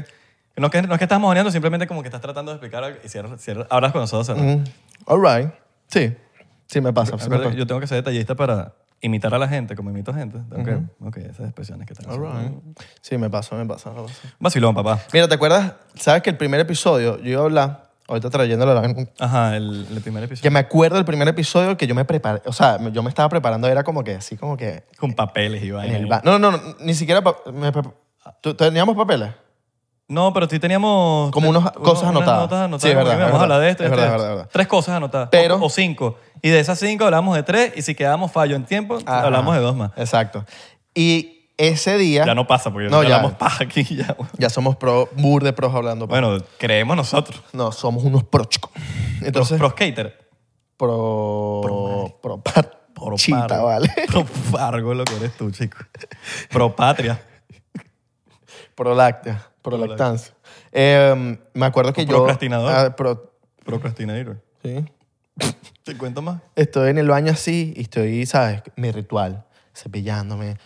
[SPEAKER 2] No es que, no es que estás mojoneando, simplemente como que estás tratando de explicar algo y cierras, cierras, hablas con nosotros. cerrar.
[SPEAKER 1] Mm, All right. Sí. Sí, me pasa. sí me
[SPEAKER 2] Acuérdate que
[SPEAKER 1] pasa.
[SPEAKER 2] Yo tengo que ser detallista para imitar a la gente, como imito a gente. Tengo que- ok, esas expresiones que ¿eh? tengo.
[SPEAKER 1] All right. Sí, me pasa, me pasa. me pasa.
[SPEAKER 2] Vacilón, papá.
[SPEAKER 1] Mira, ¿te acuerdas? ¿Sabes que el primer episodio yo iba a hablar, ahorita trayéndolo a la...
[SPEAKER 2] Ajá, el, el primer episodio.
[SPEAKER 1] Que me acuerdo del primer episodio que yo me preparé, o sea, yo me estaba preparando, era como que así como que
[SPEAKER 2] Con papeles y
[SPEAKER 1] en
[SPEAKER 2] vaina.
[SPEAKER 1] el ba- No, no, no, ni siquiera... pa- me pre- ¿Tú- ¿Teníamos papeles?
[SPEAKER 2] No, pero sí teníamos...
[SPEAKER 1] Como unas
[SPEAKER 2] te-
[SPEAKER 1] cosas
[SPEAKER 2] unas
[SPEAKER 1] anotadas.
[SPEAKER 2] notas anotadas.
[SPEAKER 1] Sí, es
[SPEAKER 2] como
[SPEAKER 1] verdad,
[SPEAKER 2] que
[SPEAKER 1] es
[SPEAKER 2] Vamos a
[SPEAKER 1] verdad.
[SPEAKER 2] hablar de esto. y
[SPEAKER 1] Es
[SPEAKER 2] esto y esto.
[SPEAKER 1] verdad, es verdad, es verdad.
[SPEAKER 2] Tres cosas anotadas.
[SPEAKER 1] Pero-
[SPEAKER 2] O, o cinco. Y de esas cinco hablamos de tres y si quedamos fallo en tiempo,
[SPEAKER 1] Ajá.
[SPEAKER 2] hablamos de dos más.
[SPEAKER 1] Exacto. Y ese día...
[SPEAKER 2] Ya no pasa porque
[SPEAKER 1] No,
[SPEAKER 2] ya
[SPEAKER 1] ya.
[SPEAKER 2] hablamos paja aquí. Ya.
[SPEAKER 1] Ya somos pro, bur de pros hablando.
[SPEAKER 2] Bueno, creemos nosotros.
[SPEAKER 1] No, somos unos pro chicos. Entonces,
[SPEAKER 2] Pro skater.
[SPEAKER 1] pro... Pro, par-
[SPEAKER 2] Pro
[SPEAKER 1] chita,
[SPEAKER 2] par-
[SPEAKER 1] ¿vale?
[SPEAKER 2] Pro pargo lo que eres tú, chico. Pro patria.
[SPEAKER 1] Pro láctea, pro lactancia. Eh, me acuerdo que
[SPEAKER 2] Un
[SPEAKER 1] yo...
[SPEAKER 2] procrastinador.
[SPEAKER 1] Ah, pro-
[SPEAKER 2] Procrastinator.
[SPEAKER 1] sí.
[SPEAKER 2] ¿Te cuento más?
[SPEAKER 1] Estoy en el baño así y estoy, ¿sabes? Mi ritual, cepillándome,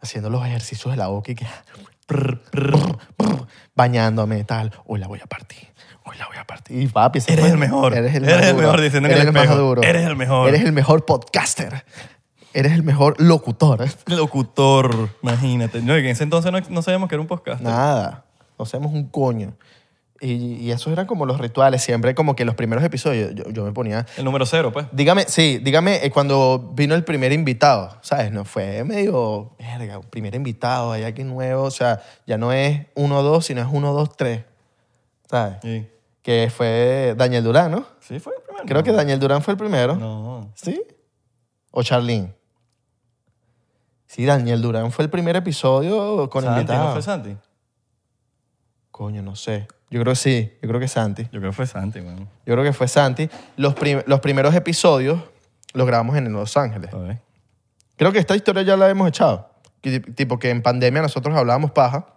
[SPEAKER 1] haciendo los ejercicios de la boca y que... prr, prr, prr, bañándome, tal. Hoy la voy a partir. Hoy la voy a partir. Y papi, ese
[SPEAKER 2] Eres
[SPEAKER 1] fue-
[SPEAKER 2] el mejor.
[SPEAKER 1] Eres el,
[SPEAKER 2] Eres
[SPEAKER 1] más
[SPEAKER 2] el
[SPEAKER 1] duro.
[SPEAKER 2] mejor, diciendo en
[SPEAKER 1] Eres
[SPEAKER 2] el
[SPEAKER 1] el más
[SPEAKER 2] espejo.
[SPEAKER 1] duro.
[SPEAKER 2] Eres el mejor.
[SPEAKER 1] Eres el mejor podcaster. Eres el mejor locutor.
[SPEAKER 2] Locutor, imagínate. No, en ese entonces no, no sabíamos que era un podcast.
[SPEAKER 1] Nada. No hacemos un coño. Y, y esos eran como los rituales. Siempre como que los primeros episodios yo- yo me ponía...
[SPEAKER 2] El número cero, pues.
[SPEAKER 1] Dígame, sí, dígame eh, cuando vino el primer invitado, ¿sabes? No fue medio, verga, un primer invitado, hay alguien nuevo, o sea, ya no es 1-2, sino es 1-2-3, ¿sabes?
[SPEAKER 2] Sí.
[SPEAKER 1] Que fue Daniel Durán, ¿no?
[SPEAKER 2] Sí, fue el primero.
[SPEAKER 1] Creo que Daniel Durán fue el primero,
[SPEAKER 2] No.
[SPEAKER 1] ¿sí? O Charlene. Sí, Daniel Durán fue el primer episodio con
[SPEAKER 2] Santi,
[SPEAKER 1] invitado.
[SPEAKER 2] ¿no fue Santi?
[SPEAKER 1] Coño, no sé. Yo creo que sí, yo creo que Santi.
[SPEAKER 2] Yo creo que fue Santi, weón.
[SPEAKER 1] Yo creo que fue Santi. Los, prim- los primeros episodios los grabamos en Los Ángeles.
[SPEAKER 2] A ver.
[SPEAKER 1] Creo que esta historia ya la hemos echado. Que ti- Tipo que en pandemia nosotros hablábamos paja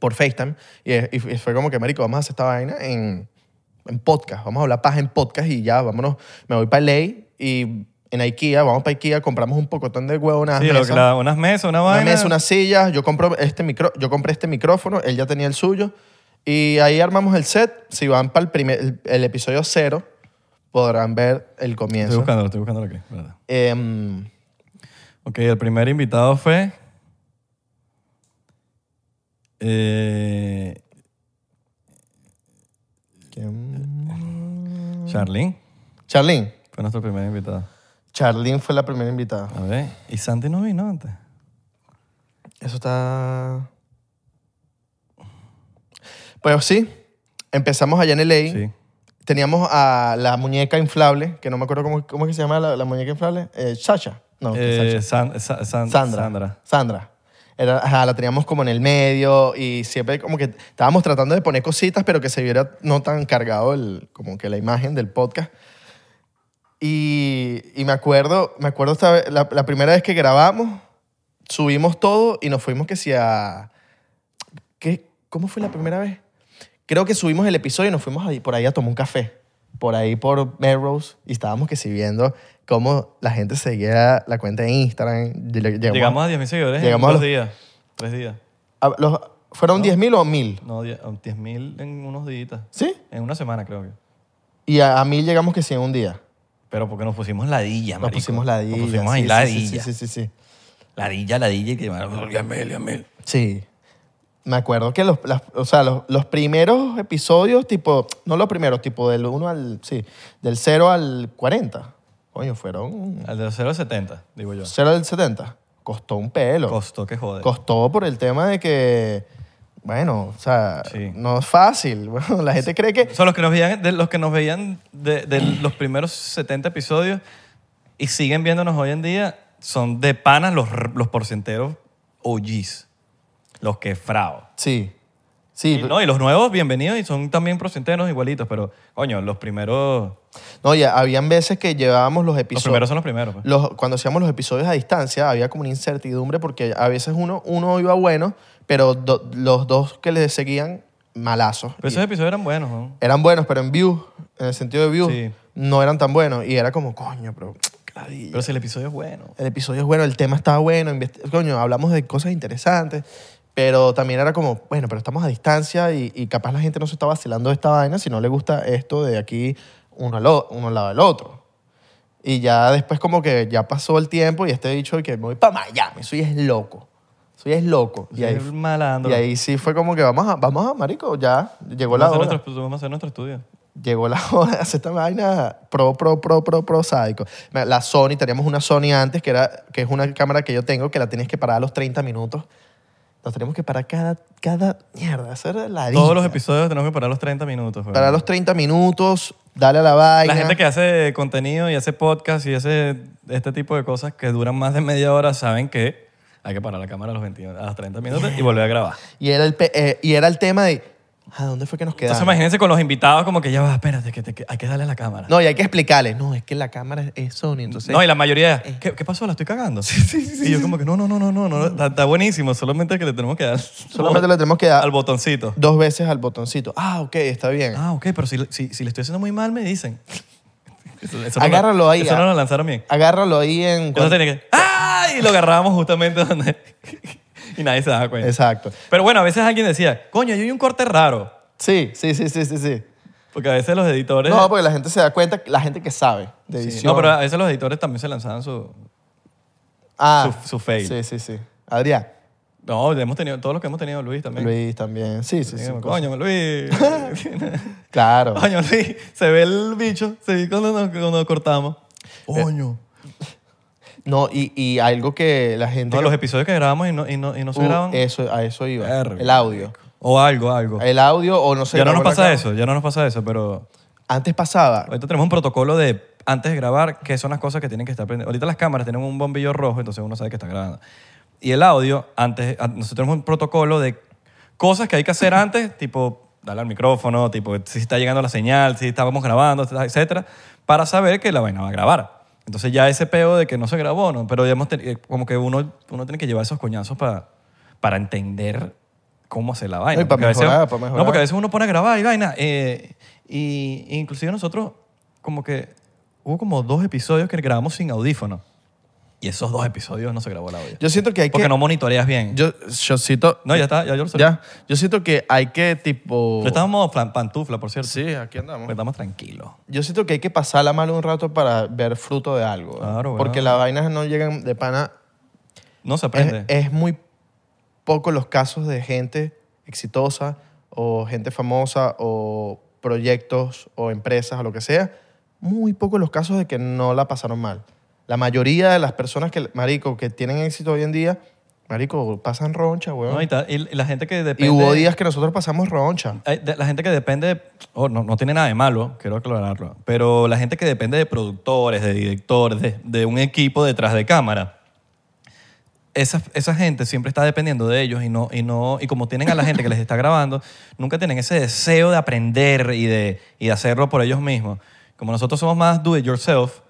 [SPEAKER 1] por FaceTime y, es- y fue como que, marico, vamos a hacer esta vaina en, en podcast. Vamos a hablar paja en podcast y ya, vámonos. Me voy para ley y en IKEA, vamos para IKEA, compramos un pocotón de huevo, unas
[SPEAKER 2] Sí, lo
[SPEAKER 1] mesas,
[SPEAKER 2] que la- unas mesas, una
[SPEAKER 1] una
[SPEAKER 2] vaina.
[SPEAKER 1] mesa, unas sillas. Yo, compro este micro, yo compré este micrófono, él ya tenía el suyo. Y ahí armamos el set. Si van para el, primer, el, el episodio cero, podrán ver el
[SPEAKER 2] Estoy
[SPEAKER 1] comienzo.
[SPEAKER 2] buscándolo, estoy buscándolo aquí. espérate.
[SPEAKER 1] Em,
[SPEAKER 2] Ok, el primer invitado fue. Eh,
[SPEAKER 1] ¿Quién?
[SPEAKER 2] Charlene.
[SPEAKER 1] Charlene.
[SPEAKER 2] Fue nuestro primer invitado.
[SPEAKER 1] Charlene fue la primera invitada.
[SPEAKER 2] A ver. ¿Y Santi no vino antes?
[SPEAKER 1] Eso está. Pues sí, empezamos allá en LA.
[SPEAKER 2] Sí.
[SPEAKER 1] Teníamos a la muñeca inflable, que no me acuerdo cómo, cómo es que se llama la, la muñeca inflable. Eh, Sasha. No, que
[SPEAKER 2] Eh,
[SPEAKER 1] Sasha.
[SPEAKER 2] San- Sa- San-
[SPEAKER 1] Sandra.
[SPEAKER 2] Sandra.
[SPEAKER 1] Sandra. Era, ajá, la teníamos como en el medio y siempre como que estábamos tratando de poner cositas, pero que se viera no tan cargado el, como que la imagen del podcast. Y, y me acuerdo, me acuerdo esta vez- la, la primera vez que grabamos, subimos todo y nos fuimos que si a... ¿qué? ¿Cómo fue la primera vez? Creo que subimos el episodio y nos fuimos ahí, por ahí a tomar un café. Por ahí por Melrose y estábamos que si viendo cómo la gente seguía la cuenta en Instagram. Y le- Llegamos,
[SPEAKER 2] Llegamos a 10.000 seguidores
[SPEAKER 1] llegamos a
[SPEAKER 2] en dos
[SPEAKER 1] los-
[SPEAKER 2] días. Tres días.
[SPEAKER 1] a- Ah, los- ¿Fueron 10.000 o 1.000?
[SPEAKER 2] No, die- 10.000 en unos días.
[SPEAKER 1] ¿Sí?
[SPEAKER 2] En una semana, creo que.
[SPEAKER 1] Y a, a 1.000 llegamos que sí en un día.
[SPEAKER 2] Pero porque nos pusimos ladilla,
[SPEAKER 1] Nos
[SPEAKER 2] marico.
[SPEAKER 1] pusimos ladilla.
[SPEAKER 2] Nos pusimos ahí
[SPEAKER 1] sí, sí, sí,
[SPEAKER 2] ladilla.
[SPEAKER 1] sí, sí, sí, sí.
[SPEAKER 2] Ladilla, ladilla y que llamaron, llámelo, llámelo.
[SPEAKER 1] Sí. Me acuerdo que los, las- o sea, los, los primeros episodios, tipo, no los primeros, tipo del 1 al, sí, del 0 al 40. Coño, fueron
[SPEAKER 2] Al de 0.70, digo yo.
[SPEAKER 1] 0 al 70. Costó un pelo.
[SPEAKER 2] Costó que joder.
[SPEAKER 1] Costó por el tema de que, bueno, o sea,
[SPEAKER 2] Sí.
[SPEAKER 1] no es fácil. Bueno, la gente cree que...
[SPEAKER 2] Son los que nos veían, de los que nos veían de, de los primeros 70 episodios y siguen viéndonos hoy en día, son de panas los, r- los porcenteros OGs. Los que frao.
[SPEAKER 1] Sí. Sí.
[SPEAKER 2] Y, no, y los nuevos, bienvenidos, y son también porcenteros igualitos, pero, coño, los primeros.
[SPEAKER 1] No, ya habían veces que llevábamos los
[SPEAKER 2] Los
[SPEAKER 1] episodios...
[SPEAKER 2] primeros son los primeros. pues.
[SPEAKER 1] los- cuando hacíamos los episodios a distancia había como una incertidumbre porque a veces uno, uno iba bueno, pero do- los dos que le seguían, malazos.
[SPEAKER 2] Pero
[SPEAKER 1] Y
[SPEAKER 2] esos episodios eran buenos, ¿no?
[SPEAKER 1] eran buenos, pero en views, en el sentido de views,
[SPEAKER 2] Sí.
[SPEAKER 1] no eran tan buenos. Y era como, coño, pero... ladilla.
[SPEAKER 2] Pero si el episodio es bueno.
[SPEAKER 1] El episodio es bueno, el tema estaba bueno, investi- coño, hablamos de cosas interesantes. Pero también era como, bueno, pero estamos a distancia y, y capaz la gente no se está vacilando de esta vaina si no le gusta esto de aquí uno al, o- uno al lado del otro. Y ya después como que ya pasó el tiempo y este dicho que me voy para Miami, soy es loco. Soy es loco. Y
[SPEAKER 2] Soy
[SPEAKER 1] ahí,
[SPEAKER 2] malandro.
[SPEAKER 1] y ahí sí fue como que vamos a, vamos a marico, ya llegó la
[SPEAKER 2] vamos, a hacer
[SPEAKER 1] hora.
[SPEAKER 2] nuestro, vamos a hacer nuestro estudio.
[SPEAKER 1] Llegó la hora de hacer esta vaina pro, pro, pro, pro, pro, sádico. Mira, La Sony, teníamos una Sony antes, que, era, que es una cámara que yo tengo, que la tienes que parar a los 30 minutos. Nos tenemos que parar cada, cada mierda, hacer la
[SPEAKER 2] Todos los episodios tenemos que parar los 30 minutos. güey.
[SPEAKER 1] Parar a los 30 minutos, dale a la vaina.
[SPEAKER 2] La gente que hace contenido y hace podcast y hace este tipo de cosas que duran más de media hora saben que hay que parar la cámara a los, 20 a los 30 minutos y volver a grabar.
[SPEAKER 1] y, era el, pe- eh, y era el tema de, ¿a dónde fue que nos
[SPEAKER 2] Entonces
[SPEAKER 1] quedamos?
[SPEAKER 2] imagínense con los invitados como que ya va, espérate, que, te- que hay que darle a la cámara.
[SPEAKER 1] no, y hay que explicarle. No, es que la cámara es- es Sony, entonces...
[SPEAKER 2] No, y la mayoría, ¿qué, qué pasó? ¿La estoy cagando? y yo como que no, no, no, no, no, no, está, está buenísimo, solamente que le tenemos que dar
[SPEAKER 1] solamente le tenemos que dar
[SPEAKER 2] al botoncito.
[SPEAKER 1] dos veces al botoncito. Ah, ok, está bien.
[SPEAKER 2] Ah, ok, pero si, si, si le estoy haciendo muy mal me dicen. Eso- eso no lo-
[SPEAKER 1] Agárralo ahí.
[SPEAKER 2] Eso
[SPEAKER 1] ah.
[SPEAKER 2] no lo lanzaron bien.
[SPEAKER 1] Agárralo ahí en...
[SPEAKER 2] Entonces tenía que. ¡Ah! Y lo agarrábamos justamente donde. y nadie se daba cuenta.
[SPEAKER 1] Exacto.
[SPEAKER 2] Pero bueno, a veces alguien decía, coño, yo hay un corte raro.
[SPEAKER 1] Sí, sí, sí, sí, sí, sí.
[SPEAKER 2] Porque a veces los editores.
[SPEAKER 1] No, porque la gente se da cuenta, la gente que sabe de
[SPEAKER 2] Sí,
[SPEAKER 1] edición.
[SPEAKER 2] no, pero ah, a veces los editores también se lanzaban su.
[SPEAKER 1] ah,
[SPEAKER 2] su- su fail.
[SPEAKER 1] Sí, sí, sí. Adrián,
[SPEAKER 2] No, hemos tenido, todos los que hemos tenido, Luis también.
[SPEAKER 1] Luis también. Sí, sí, sí.
[SPEAKER 2] Digamos,
[SPEAKER 1] cosas.
[SPEAKER 2] coño, Luis.
[SPEAKER 1] Claro.
[SPEAKER 2] coño, Luis. Se ve el bicho. Se ve cuando nos, cuando nos cortamos.
[SPEAKER 1] Eh,
[SPEAKER 2] Coño.
[SPEAKER 1] No, y, y algo que la gente...
[SPEAKER 2] No,
[SPEAKER 1] que-
[SPEAKER 2] los episodios que grabamos y no, y no, y no se
[SPEAKER 1] Uh,
[SPEAKER 2] graban.
[SPEAKER 1] Eso, a eso iba.
[SPEAKER 2] Verga.
[SPEAKER 1] El audio.
[SPEAKER 2] O algo, algo.
[SPEAKER 1] El audio o no sé.
[SPEAKER 2] ya no nos
[SPEAKER 1] grabó la
[SPEAKER 2] pasa
[SPEAKER 1] cámara.
[SPEAKER 2] eso, ya no nos pasa eso, pero.
[SPEAKER 1] Antes pasaba.
[SPEAKER 2] Ahorita tenemos un protocolo de antes de grabar qué son las cosas que tienen que estar prendidas. Ahorita las cámaras tienen un bombillo rojo, entonces uno sabe que está grabando. Y el audio, antes, a- nosotros tenemos un protocolo de cosas que hay que hacer antes, tipo darle al micrófono, tipo si está llegando la señal, si estábamos grabando, etcétera, para saber que la vaina va a grabar. Entonces ya ese peo de que no se grabó, no, pero ya hemos teni- eh, como que uno, uno tiene que llevar esos coñazos para, para entender cómo hacer la vaina.
[SPEAKER 1] No, y para
[SPEAKER 2] Porque a veces-
[SPEAKER 1] mejorar, para
[SPEAKER 2] No,
[SPEAKER 1] mejorar.
[SPEAKER 2] porque a veces uno pone a grabar y vaina. eh, y y inclusive nosotros, como que hubo como dos episodios que grabamos sin audífono. Y esos dos episodios no se grabó el audio.
[SPEAKER 1] Yo siento que hay
[SPEAKER 2] porque
[SPEAKER 1] que...
[SPEAKER 2] no monitoreas bien.
[SPEAKER 1] Yo, yo siento...
[SPEAKER 2] no, ya está, ya yo lo sé.
[SPEAKER 1] Ya. Yo siento que hay que tipo...
[SPEAKER 2] Yo estaba en modo plan- pantufla, por cierto.
[SPEAKER 1] Sí, aquí andamos.
[SPEAKER 2] Porque estamos tranquilos.
[SPEAKER 1] Yo siento que hay que pasarla mal un rato para ver fruto de algo. ¿eh?
[SPEAKER 2] Claro, bueno.
[SPEAKER 1] Porque las vainas no llegan de pana
[SPEAKER 2] No se aprende.
[SPEAKER 1] es, es muy poco los casos de gente exitosa o gente famosa o proyectos o empresas o lo que sea. Muy pocos los casos de que no la pasaron mal. La mayoría de las personas que, marico, que tienen éxito hoy en día, marico, pasan roncha, weón.
[SPEAKER 2] No, y, ta- y la gente que
[SPEAKER 1] y
[SPEAKER 2] depende...
[SPEAKER 1] hubo días que nosotros pasamos roncha.
[SPEAKER 2] Hay- de- La gente que depende, oh, no, no tiene nada de malo, quiero aclararlo, pero la gente que depende de productores, de directores, de, de un equipo detrás de cámara, esa, esa gente siempre está dependiendo de ellos y, no, y, no, y como tienen a la gente que les está grabando, nunca tienen ese deseo de aprender y de, y de hacerlo por ellos mismos. Como nosotros somos más do it yourself,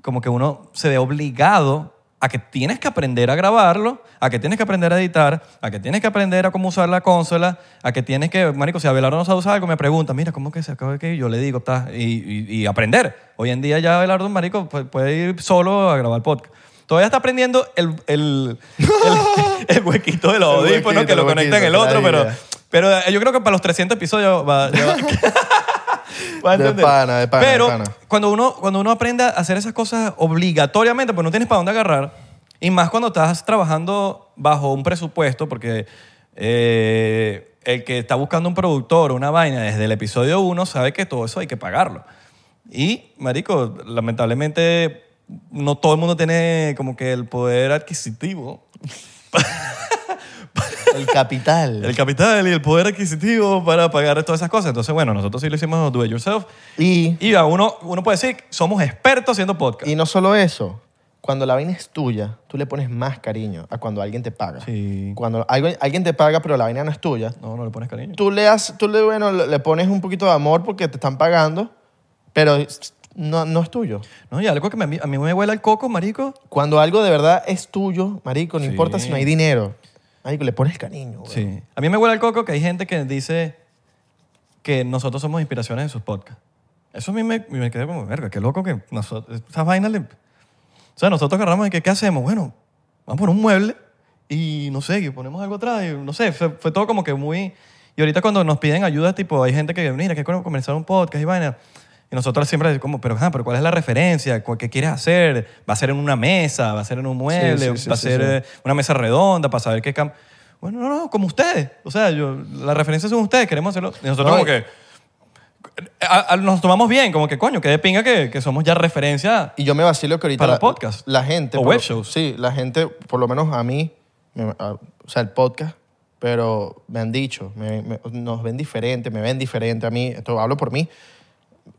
[SPEAKER 2] como que uno se ve obligado a que tienes que aprender a grabarlo, a que tienes que aprender a editar, a que tienes que aprender a cómo usar la consola, a que tienes que, marico, si Abelardo no sabe usar algo, me pregunta, mira, ¿cómo que se acaba de que yo le digo, ta, y, y- y aprender. Hoy en día ya Abelardo, marico, pu- puede ir solo a grabar podcast. Todavía está aprendiendo el, el, el- el huequito del audífono
[SPEAKER 1] huequito,
[SPEAKER 2] que lo
[SPEAKER 1] el
[SPEAKER 2] conecta en
[SPEAKER 1] huequito,
[SPEAKER 2] el otro,
[SPEAKER 1] la
[SPEAKER 2] pero,
[SPEAKER 1] idea.
[SPEAKER 2] pero eh, yo creo que para los 300 episodios va, ya va- va a
[SPEAKER 1] De
[SPEAKER 2] entender.
[SPEAKER 1] pana, de pana, de
[SPEAKER 2] Pero
[SPEAKER 1] pana.
[SPEAKER 2] cuando uno, cuando uno aprende a hacer esas cosas obligatoriamente, pues no tienes para dónde agarrar, y más cuando estás trabajando bajo un presupuesto, porque eh, el que está buscando un productor o una vaina desde el episodio 1 sabe que todo eso hay que pagarlo. Y, marico, lamentablemente no todo el mundo tiene como que el poder adquisitivo,
[SPEAKER 1] El capital.
[SPEAKER 2] el capital y el poder adquisitivo para pagar todas esas cosas. Entonces, bueno, nosotros sí lo hicimos do it yourself.
[SPEAKER 1] y,
[SPEAKER 2] Y a uno, uno puede decir, somos expertos haciendo podcast.
[SPEAKER 1] y no solo eso. Cuando la vaina es tuya, tú le pones más cariño a cuando alguien te paga.
[SPEAKER 2] Sí.
[SPEAKER 1] Cuando algo- alguien te paga, pero la vaina no es tuya,
[SPEAKER 2] No, no le pones cariño.
[SPEAKER 1] tú le, has- tú le, bueno, le le pones un poquito de amor porque te están pagando, pero es- no, no es tuyo.
[SPEAKER 2] No, y algo que me- a mí me huele el coco, marico.
[SPEAKER 1] Cuando algo de verdad es tuyo, marico, no
[SPEAKER 2] Sí.
[SPEAKER 1] importa si no hay dinero. Marico, le pones cariño, güey.
[SPEAKER 2] Sí. A mí me huele el coco que hay gente que dice que nosotros somos inspiraciones en sus podcasts. Eso a mí me, me quedé como, verga, qué loco que nosotros, esas vainas le... O sea, nosotros agarramos y que, ¿qué hacemos? Bueno, vamos por un mueble y no sé, y ponemos algo atrás, y no sé, fue, fue todo como que muy... Y ahorita cuando nos piden ayuda, tipo, hay gente que, mira, que quiero comenzar un podcast y vaina. Y nosotros siempre decimos, como, pero, ajá, pero ¿cuál es la referencia? ¿Cu- ¿Qué quieres hacer? ¿Va a ser en una mesa? ¿Va a ser en un mueble?
[SPEAKER 1] Sí, sí, sí,
[SPEAKER 2] ¿Va a
[SPEAKER 1] sí,
[SPEAKER 2] ser
[SPEAKER 1] sí.
[SPEAKER 2] eh, una mesa redonda para saber qué cam-? Bueno, no, no, como ustedes. O sea, yo, la referencia son ustedes, queremos hacerlo. Y nosotros
[SPEAKER 1] No,
[SPEAKER 2] como
[SPEAKER 1] y-
[SPEAKER 2] que... a- a- nos tomamos bien, como que coño, que de pinga que, que somos ya referencia.
[SPEAKER 1] Y yo me vacilo que ahorita...
[SPEAKER 2] Para
[SPEAKER 1] la,
[SPEAKER 2] podcast.
[SPEAKER 1] La gente...
[SPEAKER 2] O
[SPEAKER 1] por-
[SPEAKER 2] web shows.
[SPEAKER 1] Sí, la gente, por lo menos a mí, me- a- o sea, el podcast, pero me han dicho, me- me- nos ven diferente, me ven diferente a mí, esto hablo por mí,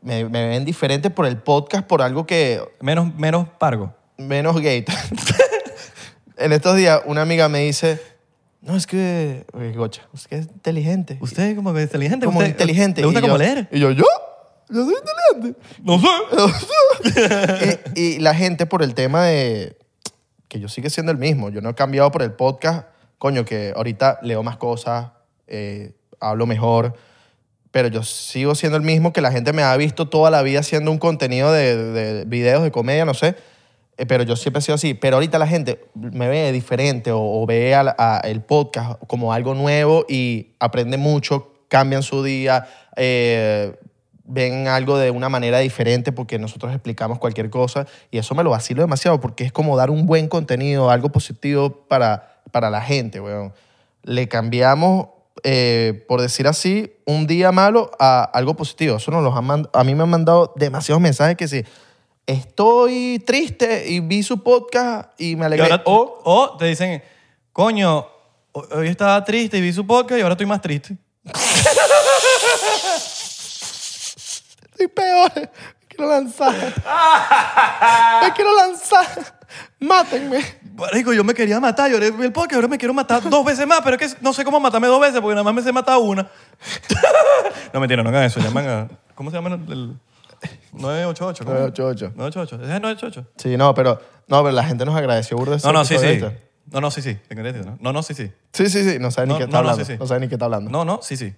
[SPEAKER 1] me, me ven diferente por el podcast, por algo que
[SPEAKER 2] Menos, menos pargo.
[SPEAKER 1] menos gay. en estos días, una amiga me dice, no, es que, oye, gocha, usted es inteligente.
[SPEAKER 2] Usted como que inteligente.
[SPEAKER 1] como
[SPEAKER 2] usted-
[SPEAKER 1] inteligente.
[SPEAKER 2] ¿Le gusta
[SPEAKER 1] Y yo-
[SPEAKER 2] como leer?
[SPEAKER 1] Y yo, ¿yo? Yo soy inteligente.
[SPEAKER 2] No sé.
[SPEAKER 1] y, y la gente por el tema de que yo sigue siendo el mismo. Yo no he cambiado por el podcast. Coño, que ahorita leo más cosas, eh, hablo mejor, pero yo sigo siendo el mismo que la gente me ha visto toda la vida haciendo un contenido de, de videos de comedia, no sé. Eh, Pero yo siempre he sido así. Pero ahorita la gente me ve diferente o, o ve al- a el podcast como algo nuevo y aprende mucho, cambian su día, eh, ven algo de una manera diferente porque nosotros explicamos cualquier cosa y eso me lo vacilo demasiado porque es como dar un buen contenido, algo positivo para, para la gente, weón. Le cambiamos, eh, por decir así, un día malo a algo positivo. Eso nos los han mand- a mí me han mandado demasiados mensajes que sí. Estoy triste y vi su podcast y me
[SPEAKER 2] Y
[SPEAKER 1] alegré. Oh,
[SPEAKER 2] ahora-
[SPEAKER 1] o
[SPEAKER 2] o, te dicen, coño, hoy estaba triste y vi su podcast y ahora estoy más triste.
[SPEAKER 1] estoy peor. Me quiero lanzar. me quiero lanzar. Mátenme.
[SPEAKER 2] Marico, yo me quería matar, yo vi el podcast, ahora me quiero matar dos veces más, pero es que no sé cómo matarme dos veces porque nada más me sé matar una. no, mentira, no hagan eso, llaman a... ¿Cómo se llama el...? el 988. ¿cómo?
[SPEAKER 1] 988.
[SPEAKER 2] 988, ¿es el 988?
[SPEAKER 1] Sí, no, pero, no, pero la gente nos agradeció burda ese
[SPEAKER 2] No, no, sí, sí.
[SPEAKER 1] episodio, ¿viste?
[SPEAKER 2] No, no, sí, sí. ¿Te entendiste, no? No, no, sí, sí.
[SPEAKER 1] Sí, sí, sí. No sabe
[SPEAKER 2] No,
[SPEAKER 1] ni
[SPEAKER 2] no,
[SPEAKER 1] qué está
[SPEAKER 2] no,
[SPEAKER 1] hablando.
[SPEAKER 2] sí, sí.
[SPEAKER 1] No sabe ni qué está hablando.
[SPEAKER 2] No, no, sí, sí.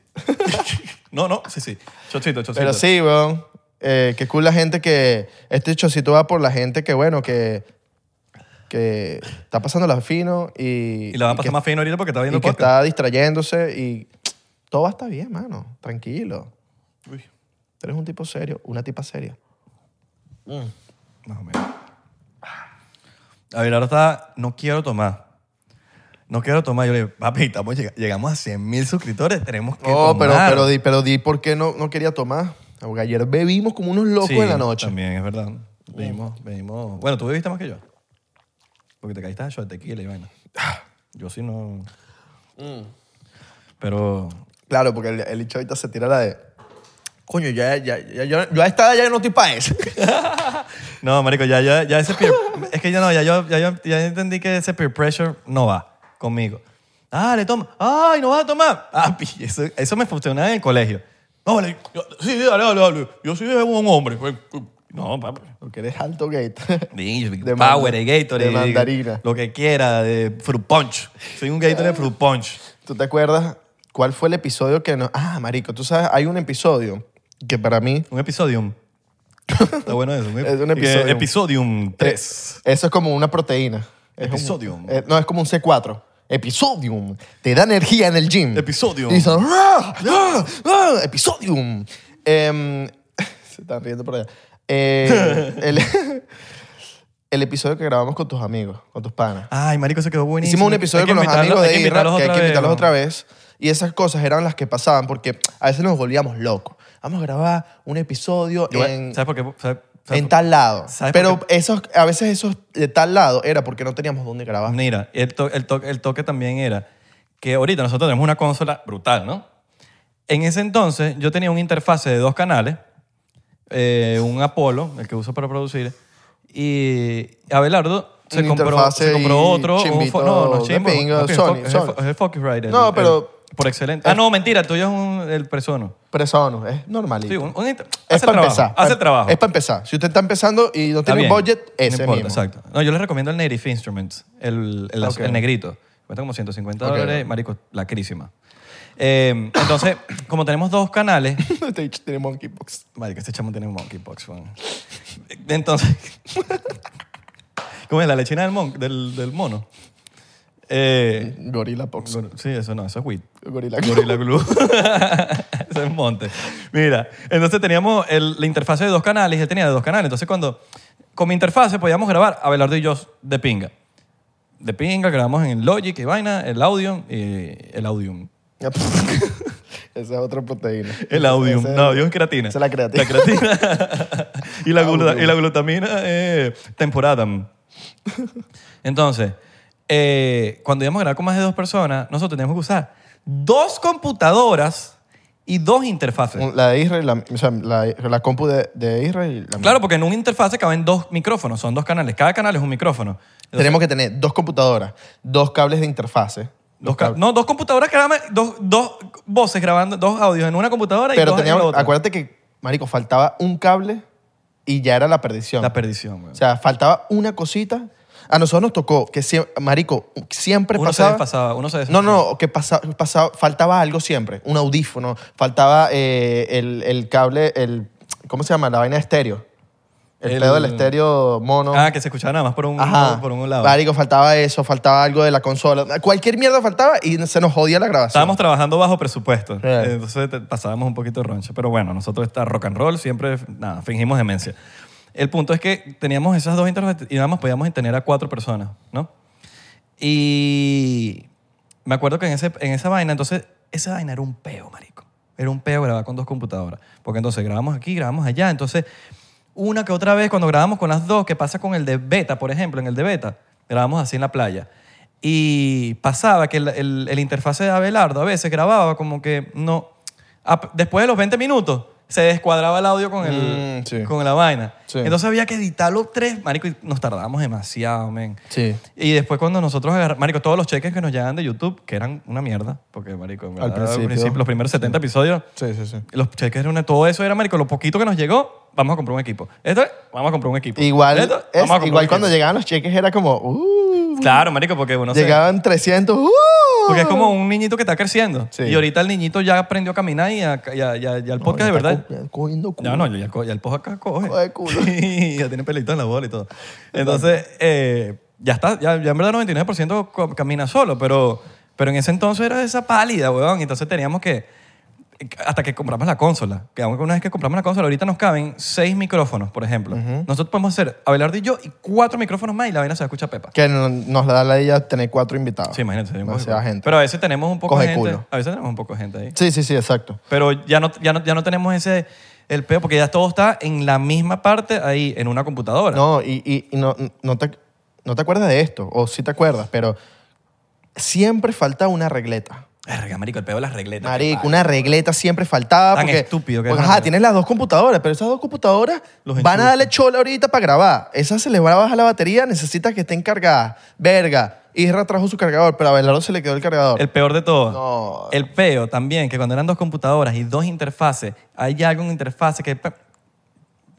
[SPEAKER 2] No, no, sí, sí. Chochito, chochito.
[SPEAKER 1] Pero sí, weón. Eh, qué cool la gente que. Este chocito va por la gente que, bueno, que. que está pasando la fino y.
[SPEAKER 2] Y la van a
[SPEAKER 1] que-
[SPEAKER 2] pasar más fino ahorita porque está viendo
[SPEAKER 1] y
[SPEAKER 2] el
[SPEAKER 1] que
[SPEAKER 2] podcast.
[SPEAKER 1] está distrayéndose y. Todo va a estar bien, mano. Tranquilo.
[SPEAKER 2] Uy,
[SPEAKER 1] Tú eres un tipo serio, una tipa seria.
[SPEAKER 2] más o menos. A ver, ahora está. No quiero tomar. No quiero tomar. Yo le digo, papi, estamos lleg- llegamos a 100 mil suscriptores. Tenemos que
[SPEAKER 1] No,
[SPEAKER 2] tomar.
[SPEAKER 1] Oh, pero, pero, di, pero di por qué no, no quería tomar. Porque ayer bebimos como unos locos
[SPEAKER 2] Sí,
[SPEAKER 1] en la noche.
[SPEAKER 2] También, es verdad. Venimos, venimos. Bueno, tú bebiste más que yo. Porque te caíste a shot de tequila y vaina.
[SPEAKER 1] Ah.
[SPEAKER 2] Yo sí no.
[SPEAKER 1] Mm.
[SPEAKER 2] Pero.
[SPEAKER 1] Claro, porque el, el bicho ahorita se tira la de. Coño, ya, ya, ya, yo- yo a esta edad ya no estoy para eso.
[SPEAKER 2] No, marico, ya, ya, ya ese peer... es que ya no, ya yo, ya yo ya entendí que ese peer pressure no va conmigo. Dale, toma. Ay, no vas a tomar. Ah, pi, eso, eso me funcionaba en el colegio. No, vale, yo- sí, sí, dale, dale, dale. Yo soy un hombre. pues, No, papi.
[SPEAKER 1] Porque eres alto gay.
[SPEAKER 2] De
[SPEAKER 1] De
[SPEAKER 2] Power,
[SPEAKER 1] manda-
[SPEAKER 2] Gatorade.
[SPEAKER 1] de mandarina.
[SPEAKER 2] Lo que quiera, de Fruit Punch. Soy un Gatorade de Fruit Punch.
[SPEAKER 1] ¿Tú te acuerdas cuál fue el episodio que no? Ah, marico, tú sabes, hay un episodio que para mí
[SPEAKER 2] Un episodium. Está bueno eso.
[SPEAKER 1] Es un episodium.
[SPEAKER 2] Eh, episodium 3.
[SPEAKER 1] Eh, eso es como una proteína. Es un-
[SPEAKER 2] Episodium.
[SPEAKER 1] eh, no, es como un C4. Episodium. Te da energía en el gym.
[SPEAKER 2] Episodium.
[SPEAKER 1] Y son, "Ah, ah, ah", episodium. Em, se están riendo por allá. Eh, el, el episodio que grabamos con tus amigos, con tus panas.
[SPEAKER 2] Ay, marico, se quedó buenísimo.
[SPEAKER 1] Hicimos un episodio
[SPEAKER 2] Ah, Hay que
[SPEAKER 1] con los
[SPEAKER 2] invitarlo-
[SPEAKER 1] amigos
[SPEAKER 2] hay
[SPEAKER 1] de
[SPEAKER 2] que
[SPEAKER 1] Irra,
[SPEAKER 2] invitarlos
[SPEAKER 1] que hay que
[SPEAKER 2] otra
[SPEAKER 1] invitarlos
[SPEAKER 2] vez,
[SPEAKER 1] otra vez. Y esas cosas eran las que pasaban porque a veces nos volvíamos locos. Vamos a grabar un episodio
[SPEAKER 2] Yo-
[SPEAKER 1] en,
[SPEAKER 2] ¿Sabes por qué? ¿Sabes- sabes
[SPEAKER 1] en
[SPEAKER 2] por-
[SPEAKER 1] tal lado.
[SPEAKER 2] ¿sabes por
[SPEAKER 1] Pero esos, a veces esos de tal lado era porque no teníamos dónde grabar.
[SPEAKER 2] Mira, el, to- el to- el toque también era que ahorita nosotros tenemos una consola brutal, ¿no? En ese entonces yo tenía una interfase de dos canales, eh, un Apollo, el que uso para producir, y Abelardo se
[SPEAKER 1] Una
[SPEAKER 2] compró,
[SPEAKER 1] interfase
[SPEAKER 2] se compró
[SPEAKER 1] y
[SPEAKER 2] otro, un
[SPEAKER 1] chimbito
[SPEAKER 2] fo- no, no,
[SPEAKER 1] de
[SPEAKER 2] chimbo,
[SPEAKER 1] pinga,
[SPEAKER 2] papi, es
[SPEAKER 1] Sony,
[SPEAKER 2] fo- es el
[SPEAKER 1] Sony.
[SPEAKER 2] fo- es el Focusrite. el-
[SPEAKER 1] No,
[SPEAKER 2] el-
[SPEAKER 1] pero-
[SPEAKER 2] por excelente. Ah, no, mentira, el tuyo es un, el persona.
[SPEAKER 1] Pero eso no, es normalito.
[SPEAKER 2] Sí, un, un inter-
[SPEAKER 1] es
[SPEAKER 2] hace el
[SPEAKER 1] para
[SPEAKER 2] trabajo,
[SPEAKER 1] empezar.
[SPEAKER 2] Hace el trabajo.
[SPEAKER 1] Es para empezar. Si usted está empezando y no
[SPEAKER 2] Está
[SPEAKER 1] tiene un
[SPEAKER 2] bien.
[SPEAKER 1] budget,
[SPEAKER 2] No
[SPEAKER 1] ese
[SPEAKER 2] importa,
[SPEAKER 1] mismo.
[SPEAKER 2] Exacto. No, yo les recomiendo el Native Instruments, el, el,
[SPEAKER 1] Ok.
[SPEAKER 2] el negrito. Cuesta como 150
[SPEAKER 1] Ok.
[SPEAKER 2] dólares, marico, la carísima. Eh, entonces, como tenemos dos canales,
[SPEAKER 1] Este bicho tiene monkeypox.
[SPEAKER 2] marico, este chamo tiene monkeypox, weón. Entonces, ¿cómo es la lechina del, mon- del, del mono? Eh,
[SPEAKER 1] Gorilla Pox.
[SPEAKER 2] sí, eso no, eso es weed.
[SPEAKER 1] Gorilla
[SPEAKER 2] Gorilla Glue. Eso es monte. Mira, entonces teníamos el- la interfase de dos canales, él tenía de dos canales. Entonces, cuando con mi interfase podíamos grabar Abelardo y yo de pinga. De pinga, grabamos en Logic y vaina, el Audium y el Audium.
[SPEAKER 1] Esa es otra proteína.
[SPEAKER 2] El Audium.
[SPEAKER 1] Ese es-
[SPEAKER 2] No, Audium es creatina.
[SPEAKER 1] Esa es la creatina.
[SPEAKER 2] La creatina. y, la gluta-
[SPEAKER 1] Audium.
[SPEAKER 2] y la glutamina eh, temporada. Entonces, eh, cuando íbamos a grabar con más de dos personas, nosotros teníamos que usar dos computadoras y dos interfaces.
[SPEAKER 1] Un- La de Israel, la, o sea, la, la compu de, de Israel. y la mía.
[SPEAKER 2] Claro, porque en una interfase caben dos micrófonos, son dos canales. Cada canal es un micrófono. Entonces,
[SPEAKER 1] Tenemos que tener dos computadoras, dos cables de interfase.
[SPEAKER 2] dos ca- no, dos computadoras que graban, dos, dos voces grabando, dos audios en una computadora y
[SPEAKER 1] Pero
[SPEAKER 2] dos en la
[SPEAKER 1] teníamos,
[SPEAKER 2] otra.
[SPEAKER 1] acuérdate que, marico, faltaba un cable y ya era la perdición.
[SPEAKER 2] La perdición, güey.
[SPEAKER 1] o sea, faltaba una cosita. A nosotros nos tocó que, sie- marico, siempre
[SPEAKER 2] uno se
[SPEAKER 1] pasaba...
[SPEAKER 2] desfasaba, uno se
[SPEAKER 1] No,
[SPEAKER 2] desfasaba.
[SPEAKER 1] no, que pasa, pasa- faltaba algo siempre. Un audífono, faltaba eh, el, el cable, el. ¿Cómo se llama? La vaina de estéreo. El,
[SPEAKER 2] El-
[SPEAKER 1] pedo del estéreo mono.
[SPEAKER 2] Ah, que se escuchaba nada más por un,
[SPEAKER 1] Ajá.
[SPEAKER 2] por un lado.
[SPEAKER 1] Marico, faltaba eso, faltaba algo de la consola. Cualquier mierda faltaba y se nos jodía la grabación.
[SPEAKER 2] Estábamos trabajando bajo presupuesto,
[SPEAKER 1] Claro.
[SPEAKER 2] entonces te- pasábamos un poquito de roncha. Pero bueno, nosotros está rock and roll, siempre, nada, fingimos demencia. El punto es que teníamos esas dos interfaces y nada más podíamos tener a cuatro personas, ¿no? Y me acuerdo que en, ese, en esa vaina, entonces, esa vaina era un peo, marico. Era un peo grabar con dos computadoras. Porque entonces grabamos aquí, grabamos allá. Entonces, una que otra vez, cuando grabamos con las dos, que pasa con el de beta, por ejemplo, en el de beta, grabamos así en la playa. Y pasaba que el, el- el interfase de Abelardo a veces grababa como que no. ap- Después de los 20 minutos, se descuadraba el audio con, el,
[SPEAKER 1] Mm, sí.
[SPEAKER 2] con la vaina.
[SPEAKER 1] Sí.
[SPEAKER 2] Entonces había que editarlo tres, marico, y nos tardábamos demasiado, men.
[SPEAKER 1] Sí.
[SPEAKER 2] Y después cuando nosotros agarramos, marico, todos los cheques que nos llegaban de YouTube, que eran una mierda, porque, marico, en
[SPEAKER 1] Al
[SPEAKER 2] verdad,
[SPEAKER 1] principio.
[SPEAKER 2] los primeros 70 episodios,
[SPEAKER 1] Sí, sí, sí.
[SPEAKER 2] los cheques eran una, todo eso era, marico, lo poquito que nos llegó, vamos a comprar un equipo. Esto, vamos a comprar un equipo.
[SPEAKER 1] Igual,
[SPEAKER 2] Esto,
[SPEAKER 1] es-
[SPEAKER 2] vamos a comprar
[SPEAKER 1] igual
[SPEAKER 2] un
[SPEAKER 1] cuando
[SPEAKER 2] equipo.
[SPEAKER 1] llegaban los cheques era como. uh,
[SPEAKER 2] Claro, marico, porque uno se-
[SPEAKER 1] llegaban 300. uh.
[SPEAKER 2] Porque es como un niñito que está creciendo.
[SPEAKER 1] Sí.
[SPEAKER 2] Y ahorita el niñito ya aprendió a caminar y, a- y a- y a- y al
[SPEAKER 1] No,
[SPEAKER 2] podcast
[SPEAKER 1] ya
[SPEAKER 2] de
[SPEAKER 1] está
[SPEAKER 2] verdad.
[SPEAKER 1] co- cogiendo culo.
[SPEAKER 2] Ya no, ya, co- ya el pojo acá coge.
[SPEAKER 1] Coge culo.
[SPEAKER 2] Sí, ya tiene pelito en la bola y todo. Entonces, eh, ya está, ya, ya en verdad 99% co- camina solo, pero, pero en ese entonces era esa pálida, weón. Entonces teníamos que, hasta que compramos la consola, que aunque una vez que compramos la consola, ahorita nos caben seis micrófonos, por ejemplo. Nosotros podemos hacer Abelardo y yo y cuatro micrófonos más y la vaina se va a escuchar pepa.
[SPEAKER 1] Que no- nos la da la idea de tener cuatro invitados.
[SPEAKER 2] Sí, imagínate. tenemos-
[SPEAKER 1] Demasiada Ah, gente.
[SPEAKER 2] Pero a veces tenemos un poco de
[SPEAKER 1] Coge
[SPEAKER 2] gente.
[SPEAKER 1] culo.
[SPEAKER 2] A veces tenemos un poco de gente ahí.
[SPEAKER 1] Sí, sí, sí, exacto.
[SPEAKER 2] Pero ya no, ya no, ya no tenemos ese el peo porque ya todo está en la misma parte ahí en una computadora.
[SPEAKER 1] No, y, y- y no, no, te, no te acuerdas de esto, o sí te acuerdas, pero siempre falta una regleta.
[SPEAKER 2] Verga, marico, el peo de las regletas.
[SPEAKER 1] Marico,
[SPEAKER 2] Qué
[SPEAKER 1] una regleta siempre faltaba.
[SPEAKER 2] Tan
[SPEAKER 1] porque,
[SPEAKER 2] estúpido que
[SPEAKER 1] porque,
[SPEAKER 2] es una
[SPEAKER 1] ajá,
[SPEAKER 2] regleta.
[SPEAKER 1] tienes las dos computadoras, pero esas dos computadoras
[SPEAKER 2] Los
[SPEAKER 1] van
[SPEAKER 2] enchufes.
[SPEAKER 1] a darle chola ahorita para grabar. Esa se les va a bajar la batería, necesitas que estén cargadas. Verga, Isra trajo su cargador, pero a Belardo se le quedó el cargador.
[SPEAKER 2] El peor de todo.
[SPEAKER 1] No.
[SPEAKER 2] El peo también, que cuando eran dos computadoras y dos interfaces, hay algo en interfase que pa-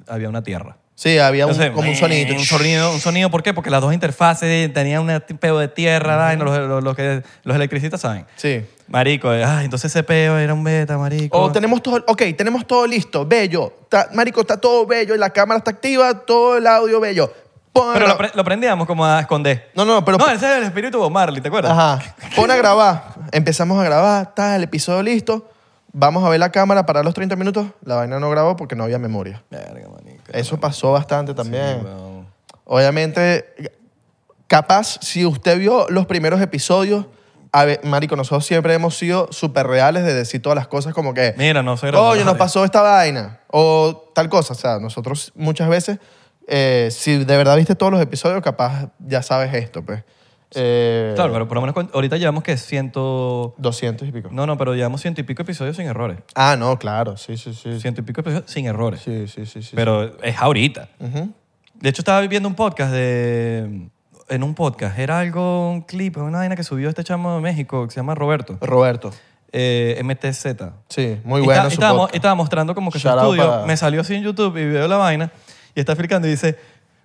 [SPEAKER 2] había una tierra.
[SPEAKER 1] Sí, había un,
[SPEAKER 2] Entonces, eh,
[SPEAKER 1] como un sonido.
[SPEAKER 2] Un sonido, un sonido, ¿por qué? Porque las dos interfaces tenían un peo de tierra, vaina, los, los- los que, los electricistas saben.
[SPEAKER 1] Sí.
[SPEAKER 2] Marico, eh, ay, entonces ese peo era un beta, marico.
[SPEAKER 1] O tenemos todo, ok, tenemos todo listo, bello. Está- marico, está todo bello, la cámara está activa, todo el audio bello. Pon-
[SPEAKER 2] Pero lo, pre- lo prendíamos como a esconder.
[SPEAKER 1] No, no, pero.
[SPEAKER 2] no, ese es el espíritu de Bob Marley, ¿te acuerdas?
[SPEAKER 1] Ajá. Pon a grabar. Empezamos a grabar, tal, el episodio listo. Vamos a ver la cámara para los 30 minutos. La vaina no grabó porque no había memoria.
[SPEAKER 2] Verga, marico.
[SPEAKER 1] Eso pasó bastante también.
[SPEAKER 2] Weón.
[SPEAKER 1] Obviamente, capaz, si usted vio los primeros episodios, a ver, Marico, nosotros siempre hemos sido súper reales de decir todas las cosas como que.
[SPEAKER 2] Mira, no se grabó.
[SPEAKER 1] Oye, nos pasó esta vaina. O tal cosa. O sea, nosotros muchas veces, eh, si de verdad viste todos los episodios, capaz ya sabes esto, pues. Eh,
[SPEAKER 2] Claro, pero por lo menos cuan- ahorita llevamos que ciento...
[SPEAKER 1] 200 y pico.
[SPEAKER 2] No, no, pero llevamos ciento y pico episodios sin errores.
[SPEAKER 1] Ah, no, claro. Sí, sí, sí. Sí,
[SPEAKER 2] Ciento y pico episodios sin errores.
[SPEAKER 1] sí, sí. sí, sí.
[SPEAKER 2] pero es ahorita.
[SPEAKER 1] Ujú.
[SPEAKER 2] De hecho, estaba viendo un podcast de... En un podcast. Era algo, un clip, una vaina que subió este chamo de México que se llama Roberto.
[SPEAKER 1] Roberto.
[SPEAKER 2] eh, MTZ.
[SPEAKER 1] Sí, muy
[SPEAKER 2] Y
[SPEAKER 1] bueno
[SPEAKER 2] está-
[SPEAKER 1] su
[SPEAKER 2] estaba,
[SPEAKER 1] podcast.
[SPEAKER 2] estaba mostrando como que su
[SPEAKER 1] Shout out
[SPEAKER 2] estudio.
[SPEAKER 1] para-
[SPEAKER 2] Me salió así en YouTube y veo la vaina y está explicando y dice,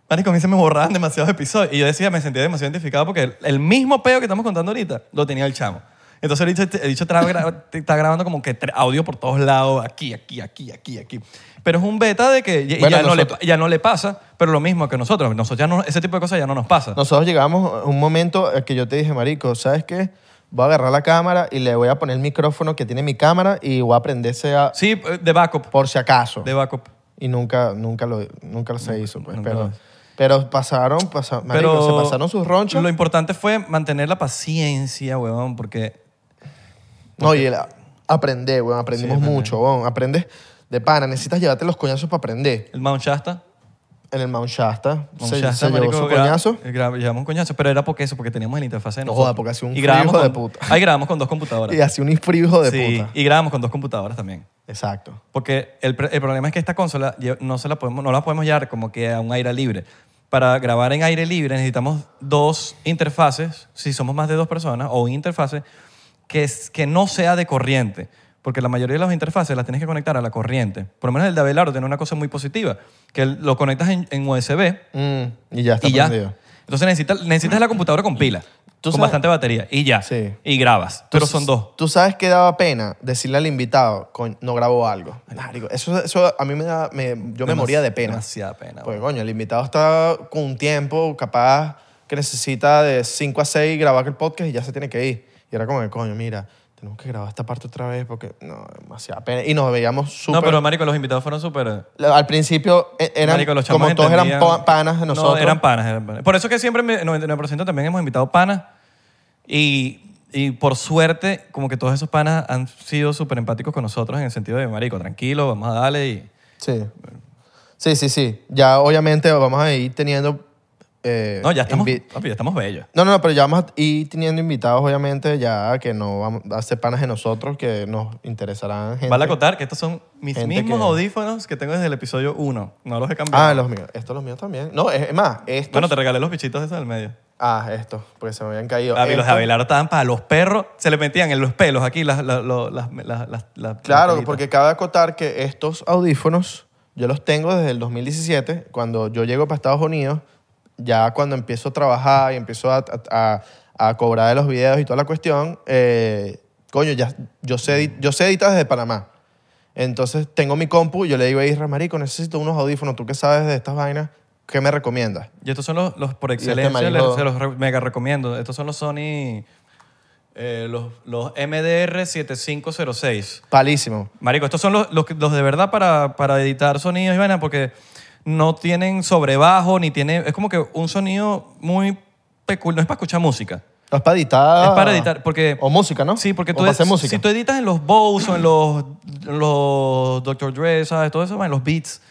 [SPEAKER 2] marico, a mí se me borraban demasiados episodios. Y yo decía, me sentía demasiado identificado porque el, el mismo peo que estamos contando ahorita lo tenía el chamo. Entonces el bicho, el bicho está, gra- está grabando como que tre- audio por todos lados, aquí, aquí, aquí, aquí, aquí. Pero es un beta de que y- y
[SPEAKER 1] Bueno,
[SPEAKER 2] ya, no le,
[SPEAKER 1] nosotros-
[SPEAKER 2] ya no le pasa, pero lo mismo que nosotros. Nosotros ya no, ese tipo de cosas ya no nos pasa.
[SPEAKER 1] Nosotros llegamos a un momento en que yo te dije, marico, ¿sabes qué? Voy a agarrar la cámara y le voy a poner el micrófono que tiene mi cámara y voy a prenderse a,
[SPEAKER 2] Sí, eh, de backup,
[SPEAKER 1] por si acaso.
[SPEAKER 2] de backup.
[SPEAKER 1] Y nunca, nunca, lo, nunca se hizo, pues.
[SPEAKER 2] nunca lo
[SPEAKER 1] pero,
[SPEAKER 2] hizo.
[SPEAKER 1] pero pasaron, pasa- marico,
[SPEAKER 2] pero
[SPEAKER 1] se pasaron sus ronchas.
[SPEAKER 2] Lo importante fue mantener la paciencia, huevón, porque
[SPEAKER 1] No, y el a- aprender, weón. Aprendimos
[SPEAKER 2] Sí, aprender.
[SPEAKER 1] mucho, weón. Aprendes de pana. Necesitas llevarte los coñazos para aprender.
[SPEAKER 2] el Mount Shasta,
[SPEAKER 1] En el Mount Shasta,
[SPEAKER 2] Mount
[SPEAKER 1] se,
[SPEAKER 2] Shasta,
[SPEAKER 1] se llevó
[SPEAKER 2] marico,
[SPEAKER 1] su
[SPEAKER 2] gra-
[SPEAKER 1] coñazo.
[SPEAKER 2] gra- llevamos un coñazo, pero era porque eso, porque teníamos el interfase de
[SPEAKER 1] No
[SPEAKER 2] nosotros.
[SPEAKER 1] joda, porque hacía un
[SPEAKER 2] Y
[SPEAKER 1] frío
[SPEAKER 2] grabamos
[SPEAKER 1] hijo de
[SPEAKER 2] con-
[SPEAKER 1] puta.
[SPEAKER 2] Ahí grabamos con dos computadoras.
[SPEAKER 1] Y así un frío hijo de
[SPEAKER 2] Sí,
[SPEAKER 1] puta.
[SPEAKER 2] y grabamos con dos computadoras también.
[SPEAKER 1] Exacto.
[SPEAKER 2] Porque el, pre- el problema es que esta consola lle- no, se la podemos, no la podemos llevar como que a un aire libre. Para grabar en aire libre necesitamos dos interfaces, si somos más de dos personas, o un interfase que, es- que no sea de corriente. Porque la mayoría de las interfaces las tienes que conectar a la corriente. Por lo menos el de Abelardo tiene una cosa muy positiva, que lo conectas en, en USB
[SPEAKER 1] Mm, y ya está
[SPEAKER 2] y ya.
[SPEAKER 1] aprendido.
[SPEAKER 2] Entonces necesitas, necesitas la computadora con pila,
[SPEAKER 1] Tú
[SPEAKER 2] con
[SPEAKER 1] sabes-
[SPEAKER 2] bastante batería, y ya.
[SPEAKER 1] Sí.
[SPEAKER 2] Y grabas. Pero son dos.
[SPEAKER 1] Tú sabes que daba pena decirle al invitado, coño, no grabó algo. Marico, eso, eso a mí me da. me- yo me
[SPEAKER 2] Demasi-
[SPEAKER 1] moría de pena. Pues,
[SPEAKER 2] Demasiada pena.
[SPEAKER 1] Porque, coño, el invitado está con un tiempo capaz que necesita de 5 a 6 grabar el podcast y ya se tiene que ir. Y era como que, coño, mira, tenemos que grabar esta parte otra vez porque, no, demasiada pena. Y nos veíamos súper...
[SPEAKER 2] No, pero marico, los invitados fueron súper...
[SPEAKER 1] La- Al principio e- eran
[SPEAKER 2] Marico, los chamos
[SPEAKER 1] como todos eran
[SPEAKER 2] entendían.
[SPEAKER 1] pa- panas de
[SPEAKER 2] No,
[SPEAKER 1] nosotros.
[SPEAKER 2] eran panas, eran panas. Por eso que siempre en el 99% también hemos invitado panas. Y, y por suerte, como que todos esos panas han sido súper empáticos con nosotros en el sentido de, marico, tranquilo, vamos a darle. Y
[SPEAKER 1] Sí. Sí, sí, sí. Ya obviamente vamos a ir teniendo... eh,
[SPEAKER 2] no, ya estamos,
[SPEAKER 1] invi-
[SPEAKER 2] papi, ya estamos bellos.
[SPEAKER 1] No, no, no, pero ya vamos a ir teniendo invitados, obviamente, ya que no vamos a ser panas de nosotros, que nos interesarán gente.
[SPEAKER 2] Vale acotar que estos son mis
[SPEAKER 1] Gente
[SPEAKER 2] mismos
[SPEAKER 1] que-
[SPEAKER 2] audífonos que tengo desde el episodio 1. No los he cambiado.
[SPEAKER 1] Ah, los míos. Estos los míos también. No, es es más, estos.
[SPEAKER 2] bueno, te regalé los bichitos esos del medio.
[SPEAKER 1] Ah, estos, porque se me habían caído.
[SPEAKER 2] Papi, los
[SPEAKER 1] Estos-
[SPEAKER 2] de Abelardo estaban para los perros. Se le metían en los pelos aquí las... las- lo- las- las- las- las-
[SPEAKER 1] Claro,
[SPEAKER 2] las
[SPEAKER 1] porque cabe acotar que estos audífonos yo los tengo desde el 2017, cuando yo llego para Estados Unidos, ya cuando empiezo a trabajar y empiezo a, a- a- a cobrar de los videos y toda la cuestión, eh, coño, ya, yo, sé, edi- yo sé editar desde Panamá. Entonces tengo mi compu y yo le digo a Isra, marico, necesito unos audífonos, tú que sabes de estas vainas, ¿qué me recomiendas?
[SPEAKER 2] Y estos son los, los por
[SPEAKER 1] este
[SPEAKER 2] excelencia, les-
[SPEAKER 1] marico-
[SPEAKER 2] se los re- mega recomiendo. Estos son los Sony, eh, los, los MDR7506.
[SPEAKER 1] Palísimo.
[SPEAKER 2] Marico, estos son los, los, que- los de verdad para, para editar sonidos y vaina porque no tienen sobrebajo, ni tiene... Es como que un sonido muy peculiar. No es para escuchar música.
[SPEAKER 1] No es para editar.
[SPEAKER 2] Es para editar, porque-
[SPEAKER 1] O música, ¿no?
[SPEAKER 2] Sí, porque
[SPEAKER 1] O
[SPEAKER 2] tú,
[SPEAKER 1] para
[SPEAKER 2] ed-
[SPEAKER 1] hacer música.
[SPEAKER 2] si tú editas en los Bose o en los, los Dr. Dre, ¿sabes? Todo eso, en los beats,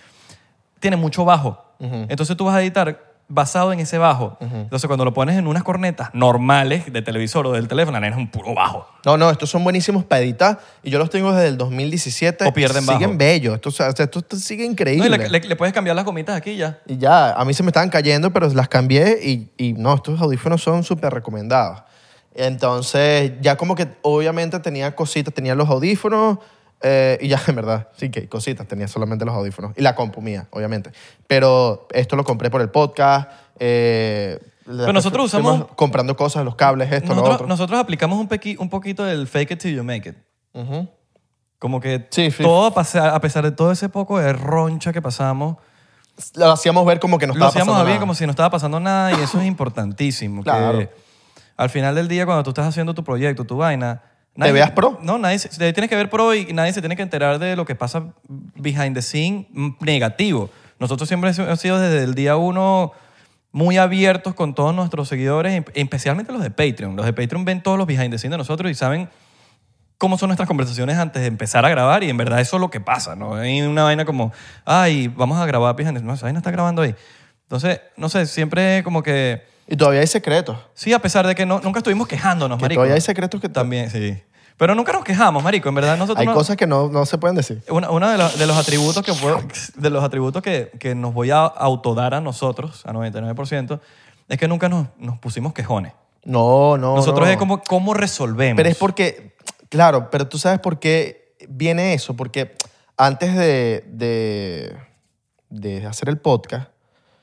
[SPEAKER 2] tiene mucho bajo. Entonces tú vas a editar basado en ese bajo. Entonces cuando lo pones en unas cornetas normales de televisor o del teléfono, la nena es un puro bajo.
[SPEAKER 1] No, no, estos son buenísimos para editar y yo los tengo desde el 2017.
[SPEAKER 2] O pierden
[SPEAKER 1] siguen
[SPEAKER 2] bajo.
[SPEAKER 1] bellos, esto, o sea, esto esto sigue
[SPEAKER 2] No,
[SPEAKER 1] increíble.
[SPEAKER 2] y le, le- le puedes cambiar las gomitas aquí ya.
[SPEAKER 1] Y ya, a mí se me estaban cayendo, pero las cambié y, y no, estos audífonos son súper recomendados. Entonces, ya como que obviamente tenía cositas, tenía los audífonos eh, y ya, en verdad, sí que cositas, tenía solamente los audífonos y la compu mía, obviamente. Pero esto lo compré por el podcast. eh, después
[SPEAKER 2] nosotros
[SPEAKER 1] fuimos
[SPEAKER 2] usamos-
[SPEAKER 1] Comprando cosas, los cables, esto, lo
[SPEAKER 2] Nosotros,
[SPEAKER 1] otro.
[SPEAKER 2] nosotros aplicamos un, pequi- un poquito del fake it till you make it.
[SPEAKER 1] Ujú.
[SPEAKER 2] Como que
[SPEAKER 1] Sí, sí.
[SPEAKER 2] todo a pasar- a pesar de todo ese poco de roncha que pasamos,
[SPEAKER 1] Lo hacíamos ver como que no
[SPEAKER 2] lo
[SPEAKER 1] estaba
[SPEAKER 2] hacíamos
[SPEAKER 1] pasando
[SPEAKER 2] bien
[SPEAKER 1] nada.
[SPEAKER 2] como si no estaba pasando nada y eso es importantísimo. que
[SPEAKER 1] Claro.
[SPEAKER 2] al final del día, cuando tú estás haciendo tu proyecto, tu vaina...
[SPEAKER 1] veas pro?
[SPEAKER 2] No, nadie se- te tienes que ver pro y nadie se tiene que enterar de lo que pasa behind the scene mm, negativo. Nosotros siempre hemos sido desde el día uno muy abiertos con todos nuestros seguidores, em- especialmente los de Patreon. Los de Patreon ven todos los behind the scenes de nosotros y saben cómo son nuestras conversaciones antes de empezar a grabar y en verdad eso es lo que pasa, ¿no? Hay una vaina como, ay, vamos a grabar, fíjate, no, esa vaina está grabando ahí. Entonces, no sé, siempre como que,
[SPEAKER 1] Y todavía hay secretos.
[SPEAKER 2] sí, a pesar de que no, nunca estuvimos quejándonos,
[SPEAKER 1] Que
[SPEAKER 2] marico.
[SPEAKER 1] todavía hay secretos que también.
[SPEAKER 2] También, sí. Pero nunca nos quejamos, marico, en verdad nosotros...
[SPEAKER 1] Hay
[SPEAKER 2] no-
[SPEAKER 1] cosas que no, no se pueden decir.
[SPEAKER 2] una, una de, la- de los atributos que puedo- de los atributos que, que nos voy a autodar a nosotros, a 99%, es que nunca nos, nos pusimos quejones.
[SPEAKER 1] No, no.
[SPEAKER 2] Nosotros
[SPEAKER 1] no.
[SPEAKER 2] es como cómo resolvemos.
[SPEAKER 1] Pero es porque, claro, pero tú sabes por qué viene eso. Porque antes de, de, de hacer el podcast,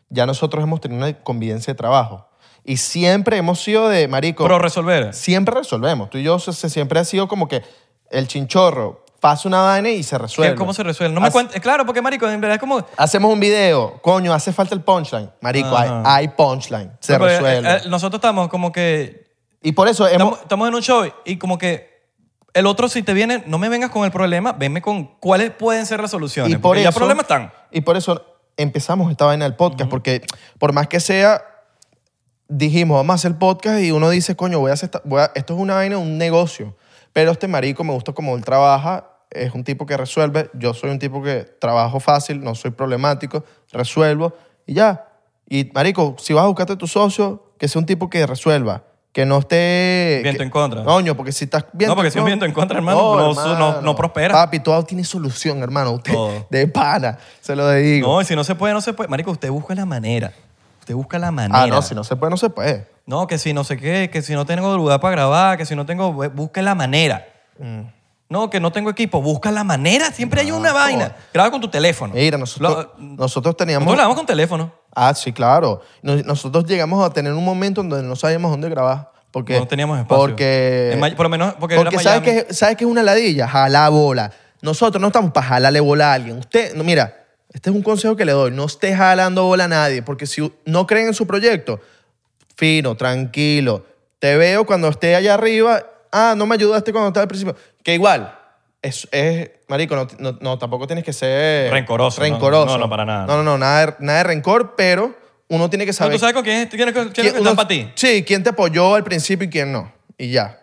[SPEAKER 1] ya nosotros hemos tenido una convivencia de trabajo. Y siempre hemos sido de, marico,
[SPEAKER 2] Pero resolver.
[SPEAKER 1] siempre resolvemos. Tú y yo se- se- siempre ha sido como que el chinchorro pasa una vaina y se resuelve.
[SPEAKER 2] ¿Qué- ¿Cómo se resuelve? No me
[SPEAKER 1] Hace-
[SPEAKER 2] cuentes. Claro, porque, marico, en verdad es como...
[SPEAKER 1] Hacemos un video, coño, hace falta el punchline. Marico, hay,
[SPEAKER 2] Ajá.
[SPEAKER 1] hay punchline, se
[SPEAKER 2] Pero, eh,
[SPEAKER 1] resuelve.
[SPEAKER 2] eh, nosotros estamos como que...
[SPEAKER 1] y por eso hemos...
[SPEAKER 2] Estamos, estamos en un show y como que el otro si te viene, no me vengas con el problema, venme con cuáles pueden ser las soluciones.
[SPEAKER 1] Y por
[SPEAKER 2] porque
[SPEAKER 1] eso,
[SPEAKER 2] ya problemas están.
[SPEAKER 1] Y por eso empezamos esta vaina del podcast, porque por más que sea, dijimos, vamos a hacer podcast y uno dice, coño, voy a hacer esta- voy a- esto es una vaina, un negocio. Pero este marico me gusta como él trabaja, es un tipo que resuelve, yo soy un tipo que trabajo fácil, no soy problemático, resuelvo y ya. Y marico, si vas a buscarte tu socio, que sea un tipo que resuelva. Que no esté...
[SPEAKER 2] Viento
[SPEAKER 1] que-
[SPEAKER 2] en contra.
[SPEAKER 1] Coño, porque si estás viento
[SPEAKER 2] No, porque si es viento en contra, hermano, no su- no- no prospera.
[SPEAKER 1] Papi, todo tiene solución, hermano. Usted,
[SPEAKER 2] Todo.
[SPEAKER 1] de pana, se lo digo.
[SPEAKER 2] No, y si no se puede, no se puede. Marico, usted busca la manera. Usted busca la manera.
[SPEAKER 1] ah, no, si no se puede, no se puede.
[SPEAKER 2] No, que si no sé qué, que si no tengo lugar para grabar, que si no tengo... bu- Busque la manera.
[SPEAKER 1] Mm.
[SPEAKER 2] No, que no tengo equipo. Busca la manera. Siempre hay una vaina. Graba con tu teléfono.
[SPEAKER 1] Mira, nosotros,
[SPEAKER 2] Lo-
[SPEAKER 1] nosotros teníamos...
[SPEAKER 2] nosotros grabamos con teléfono.
[SPEAKER 1] Ah, sí, claro. Nos- nosotros llegamos a tener un momento en donde no sabíamos dónde grabar. Porque,
[SPEAKER 2] No teníamos espacio.
[SPEAKER 1] Porque,
[SPEAKER 2] En May- por lo menos- porque era
[SPEAKER 1] ¿sabes,
[SPEAKER 2] Miami.
[SPEAKER 1] que, ¿sabes que es una ladilla? Jala bola. Nosotros no estamos para jalarle bola a alguien. Usted, no, mira, este es un consejo que le doy. No esté jalando bola a nadie. Porque si no creen en su proyecto, fino, tranquilo. Te veo cuando esté allá arriba. Ah, no me ayudaste cuando estaba al principio. Que igual, es, es- marico, no, no- no, tampoco tienes que ser...
[SPEAKER 2] Rencoroso, ¿no?
[SPEAKER 1] Rencoroso.
[SPEAKER 2] No, no, para nada.
[SPEAKER 1] No, no, no, nada de, nada de rencor, pero uno tiene que
[SPEAKER 2] No,
[SPEAKER 1] saber...
[SPEAKER 2] ¿Tú sabes con quién, es- quién, es- quién es
[SPEAKER 1] quién-
[SPEAKER 2] que está
[SPEAKER 1] uno-
[SPEAKER 2] para ti?
[SPEAKER 1] Sí, quién te apoyó al principio y quién no. Y ya.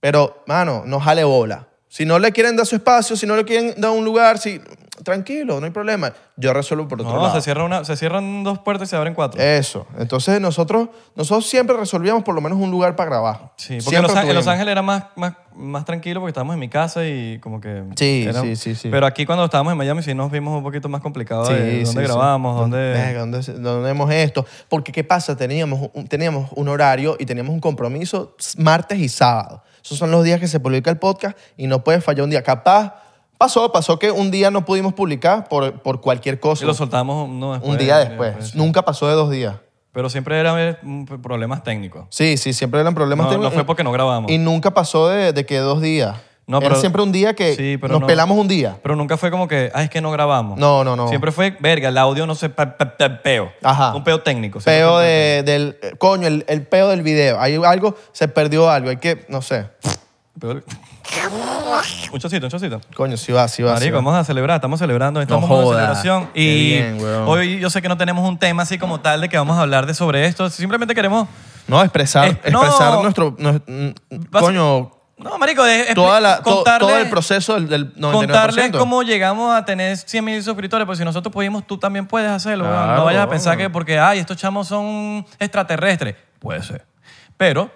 [SPEAKER 1] Pero, mano, no jale bola. Si no le quieren dar su espacio, si no le quieren dar un lugar, si... tranquilo, no hay problema. Yo resuelvo por otro
[SPEAKER 2] No,
[SPEAKER 1] lado.
[SPEAKER 2] se, cierra una, se cierran dos puertas y se abren cuatro.
[SPEAKER 1] Eso. Entonces nosotros, nosotros siempre resolvíamos por lo menos un lugar para grabar.
[SPEAKER 2] sí, porque
[SPEAKER 1] Siempre
[SPEAKER 2] en Los, Ang- en
[SPEAKER 1] tuvimos.
[SPEAKER 2] Los Ángeles era más, más, más tranquilo porque estábamos en mi casa y como que...
[SPEAKER 1] Sí,
[SPEAKER 2] era-
[SPEAKER 1] sí, sí, sí.
[SPEAKER 2] Pero aquí cuando estábamos en Miami sí nos vimos un poquito más complicado
[SPEAKER 1] Sí,
[SPEAKER 2] de
[SPEAKER 1] sí,
[SPEAKER 2] dónde
[SPEAKER 1] sí.
[SPEAKER 2] grabamos, dónde...
[SPEAKER 1] Verga, ¿dónde, se- dónde hemos esto? Porque, ¿qué pasa? Teníamos un, teníamos un horario y teníamos un compromiso s- martes y sábado. Esos son los días que se publica el podcast y no puede fallar un día. Capaz, pasó, pasó que un día no pudimos publicar por, por cualquier
[SPEAKER 2] Y
[SPEAKER 1] cosa.
[SPEAKER 2] lo soltamos no,
[SPEAKER 1] un día después. Nunca pasó de dos días.
[SPEAKER 2] Pero siempre eran mm, problemas técnicos.
[SPEAKER 1] Sí, sí, siempre eran problemas.
[SPEAKER 2] No,
[SPEAKER 1] técnicos. eh,
[SPEAKER 2] no fue porque no grabamos.
[SPEAKER 1] Y nunca pasó de, de que dos días.
[SPEAKER 2] No,
[SPEAKER 1] Era
[SPEAKER 2] pero-
[SPEAKER 1] siempre un día que
[SPEAKER 2] Sí, pero
[SPEAKER 1] nos
[SPEAKER 2] no.
[SPEAKER 1] pelamos un día.
[SPEAKER 2] Pero nunca fue como que, ah, es que no grabamos.
[SPEAKER 1] No, no, no.
[SPEAKER 2] Siempre fue, verga, el audio no se... pa- pa- pa- peo.
[SPEAKER 1] Ajá.
[SPEAKER 2] Un peo técnico. siempre
[SPEAKER 1] Peo
[SPEAKER 2] fue-
[SPEAKER 1] de- del... eh, Coño, el, el peo del video. Hay algo, se perdió algo. Hay que, no sé.
[SPEAKER 2] peo- Un chocito, un chocito.
[SPEAKER 1] Coño, sí va, sí va. sí
[SPEAKER 2] Marico,
[SPEAKER 1] va.
[SPEAKER 2] vamos a celebrar, estamos celebrando, estamos en
[SPEAKER 1] joda.
[SPEAKER 2] una celebración
[SPEAKER 1] Qué
[SPEAKER 2] y
[SPEAKER 1] bien, weón.
[SPEAKER 2] hoy yo sé que no tenemos un tema así como tal de que vamos a hablar de sobre esto, simplemente queremos
[SPEAKER 1] No, expresar,
[SPEAKER 2] Es- no.
[SPEAKER 1] expresar nuestro... nues- mm,
[SPEAKER 2] Vas-
[SPEAKER 1] coño,
[SPEAKER 2] No, marico, es, es
[SPEAKER 1] toda la, to-
[SPEAKER 2] contarle-
[SPEAKER 1] todo el proceso del, del 99%.
[SPEAKER 2] Contarles cómo llegamos a tener 100 mil suscriptores, porque si nosotros pudimos, tú también puedes hacerlo. weón.
[SPEAKER 1] Claro,
[SPEAKER 2] no vayas a
[SPEAKER 1] weón.
[SPEAKER 2] pensar que porque, ay, estos chamos son extraterrestres. Puede ser. Pero,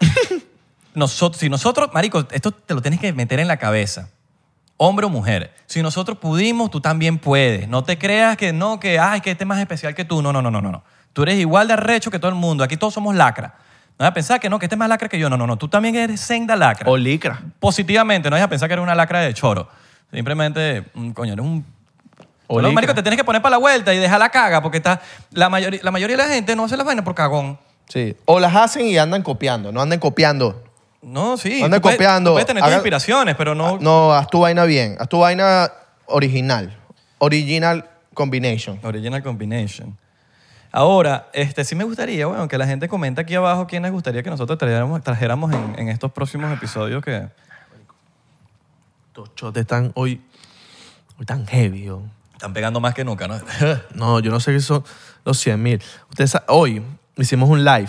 [SPEAKER 2] nosotros, si nosotros, Marico, esto te lo tienes que meter en la cabeza. Hombre o mujer, si nosotros pudimos, tú también puedes. No te creas que no, que, ay, que este es más especial que tú. No, no, no, no, no. no. Tú eres igual de arrecho que todo el mundo. Aquí todos somos lacra. No vas a pensar que no, que este es más lacra que yo. No, no, no. Tú también eres senda lacra
[SPEAKER 1] O licra.
[SPEAKER 2] positivamente, no vayas a pensar que eres una lacra de choro. Simplemente, mm, coño, eres un...
[SPEAKER 1] O
[SPEAKER 2] Solo,
[SPEAKER 1] licra.
[SPEAKER 2] marico, te tienes que poner para la vuelta y dejar la caga porque está... La, mayoría- la mayoría de la gente no hace las vainas por cagón.
[SPEAKER 1] Sí. O las hacen y andan copiando. No anden copiando.
[SPEAKER 2] No, sí.
[SPEAKER 1] Anda
[SPEAKER 2] tú puedes-
[SPEAKER 1] copiando.
[SPEAKER 2] tú Puedes, tener
[SPEAKER 1] Haga- Ah,
[SPEAKER 2] tus inspiraciones, pero no...
[SPEAKER 1] No, haz tu vaina bien. Haz tu vaina original. Original combination.
[SPEAKER 2] Original Combination. Ahora, este, sí me gustaría, bueno, que la gente comente aquí abajo quién les gustaría que nosotros trajéramos, trajéramos en, en estos próximos episodios que...
[SPEAKER 1] Estos shots están hoy, hoy tan heavy. yo.
[SPEAKER 2] Están pegando más que nunca, ¿no?
[SPEAKER 1] No, yo no sé qué son los 100 mil. Ustedes sa- hoy hicimos un live,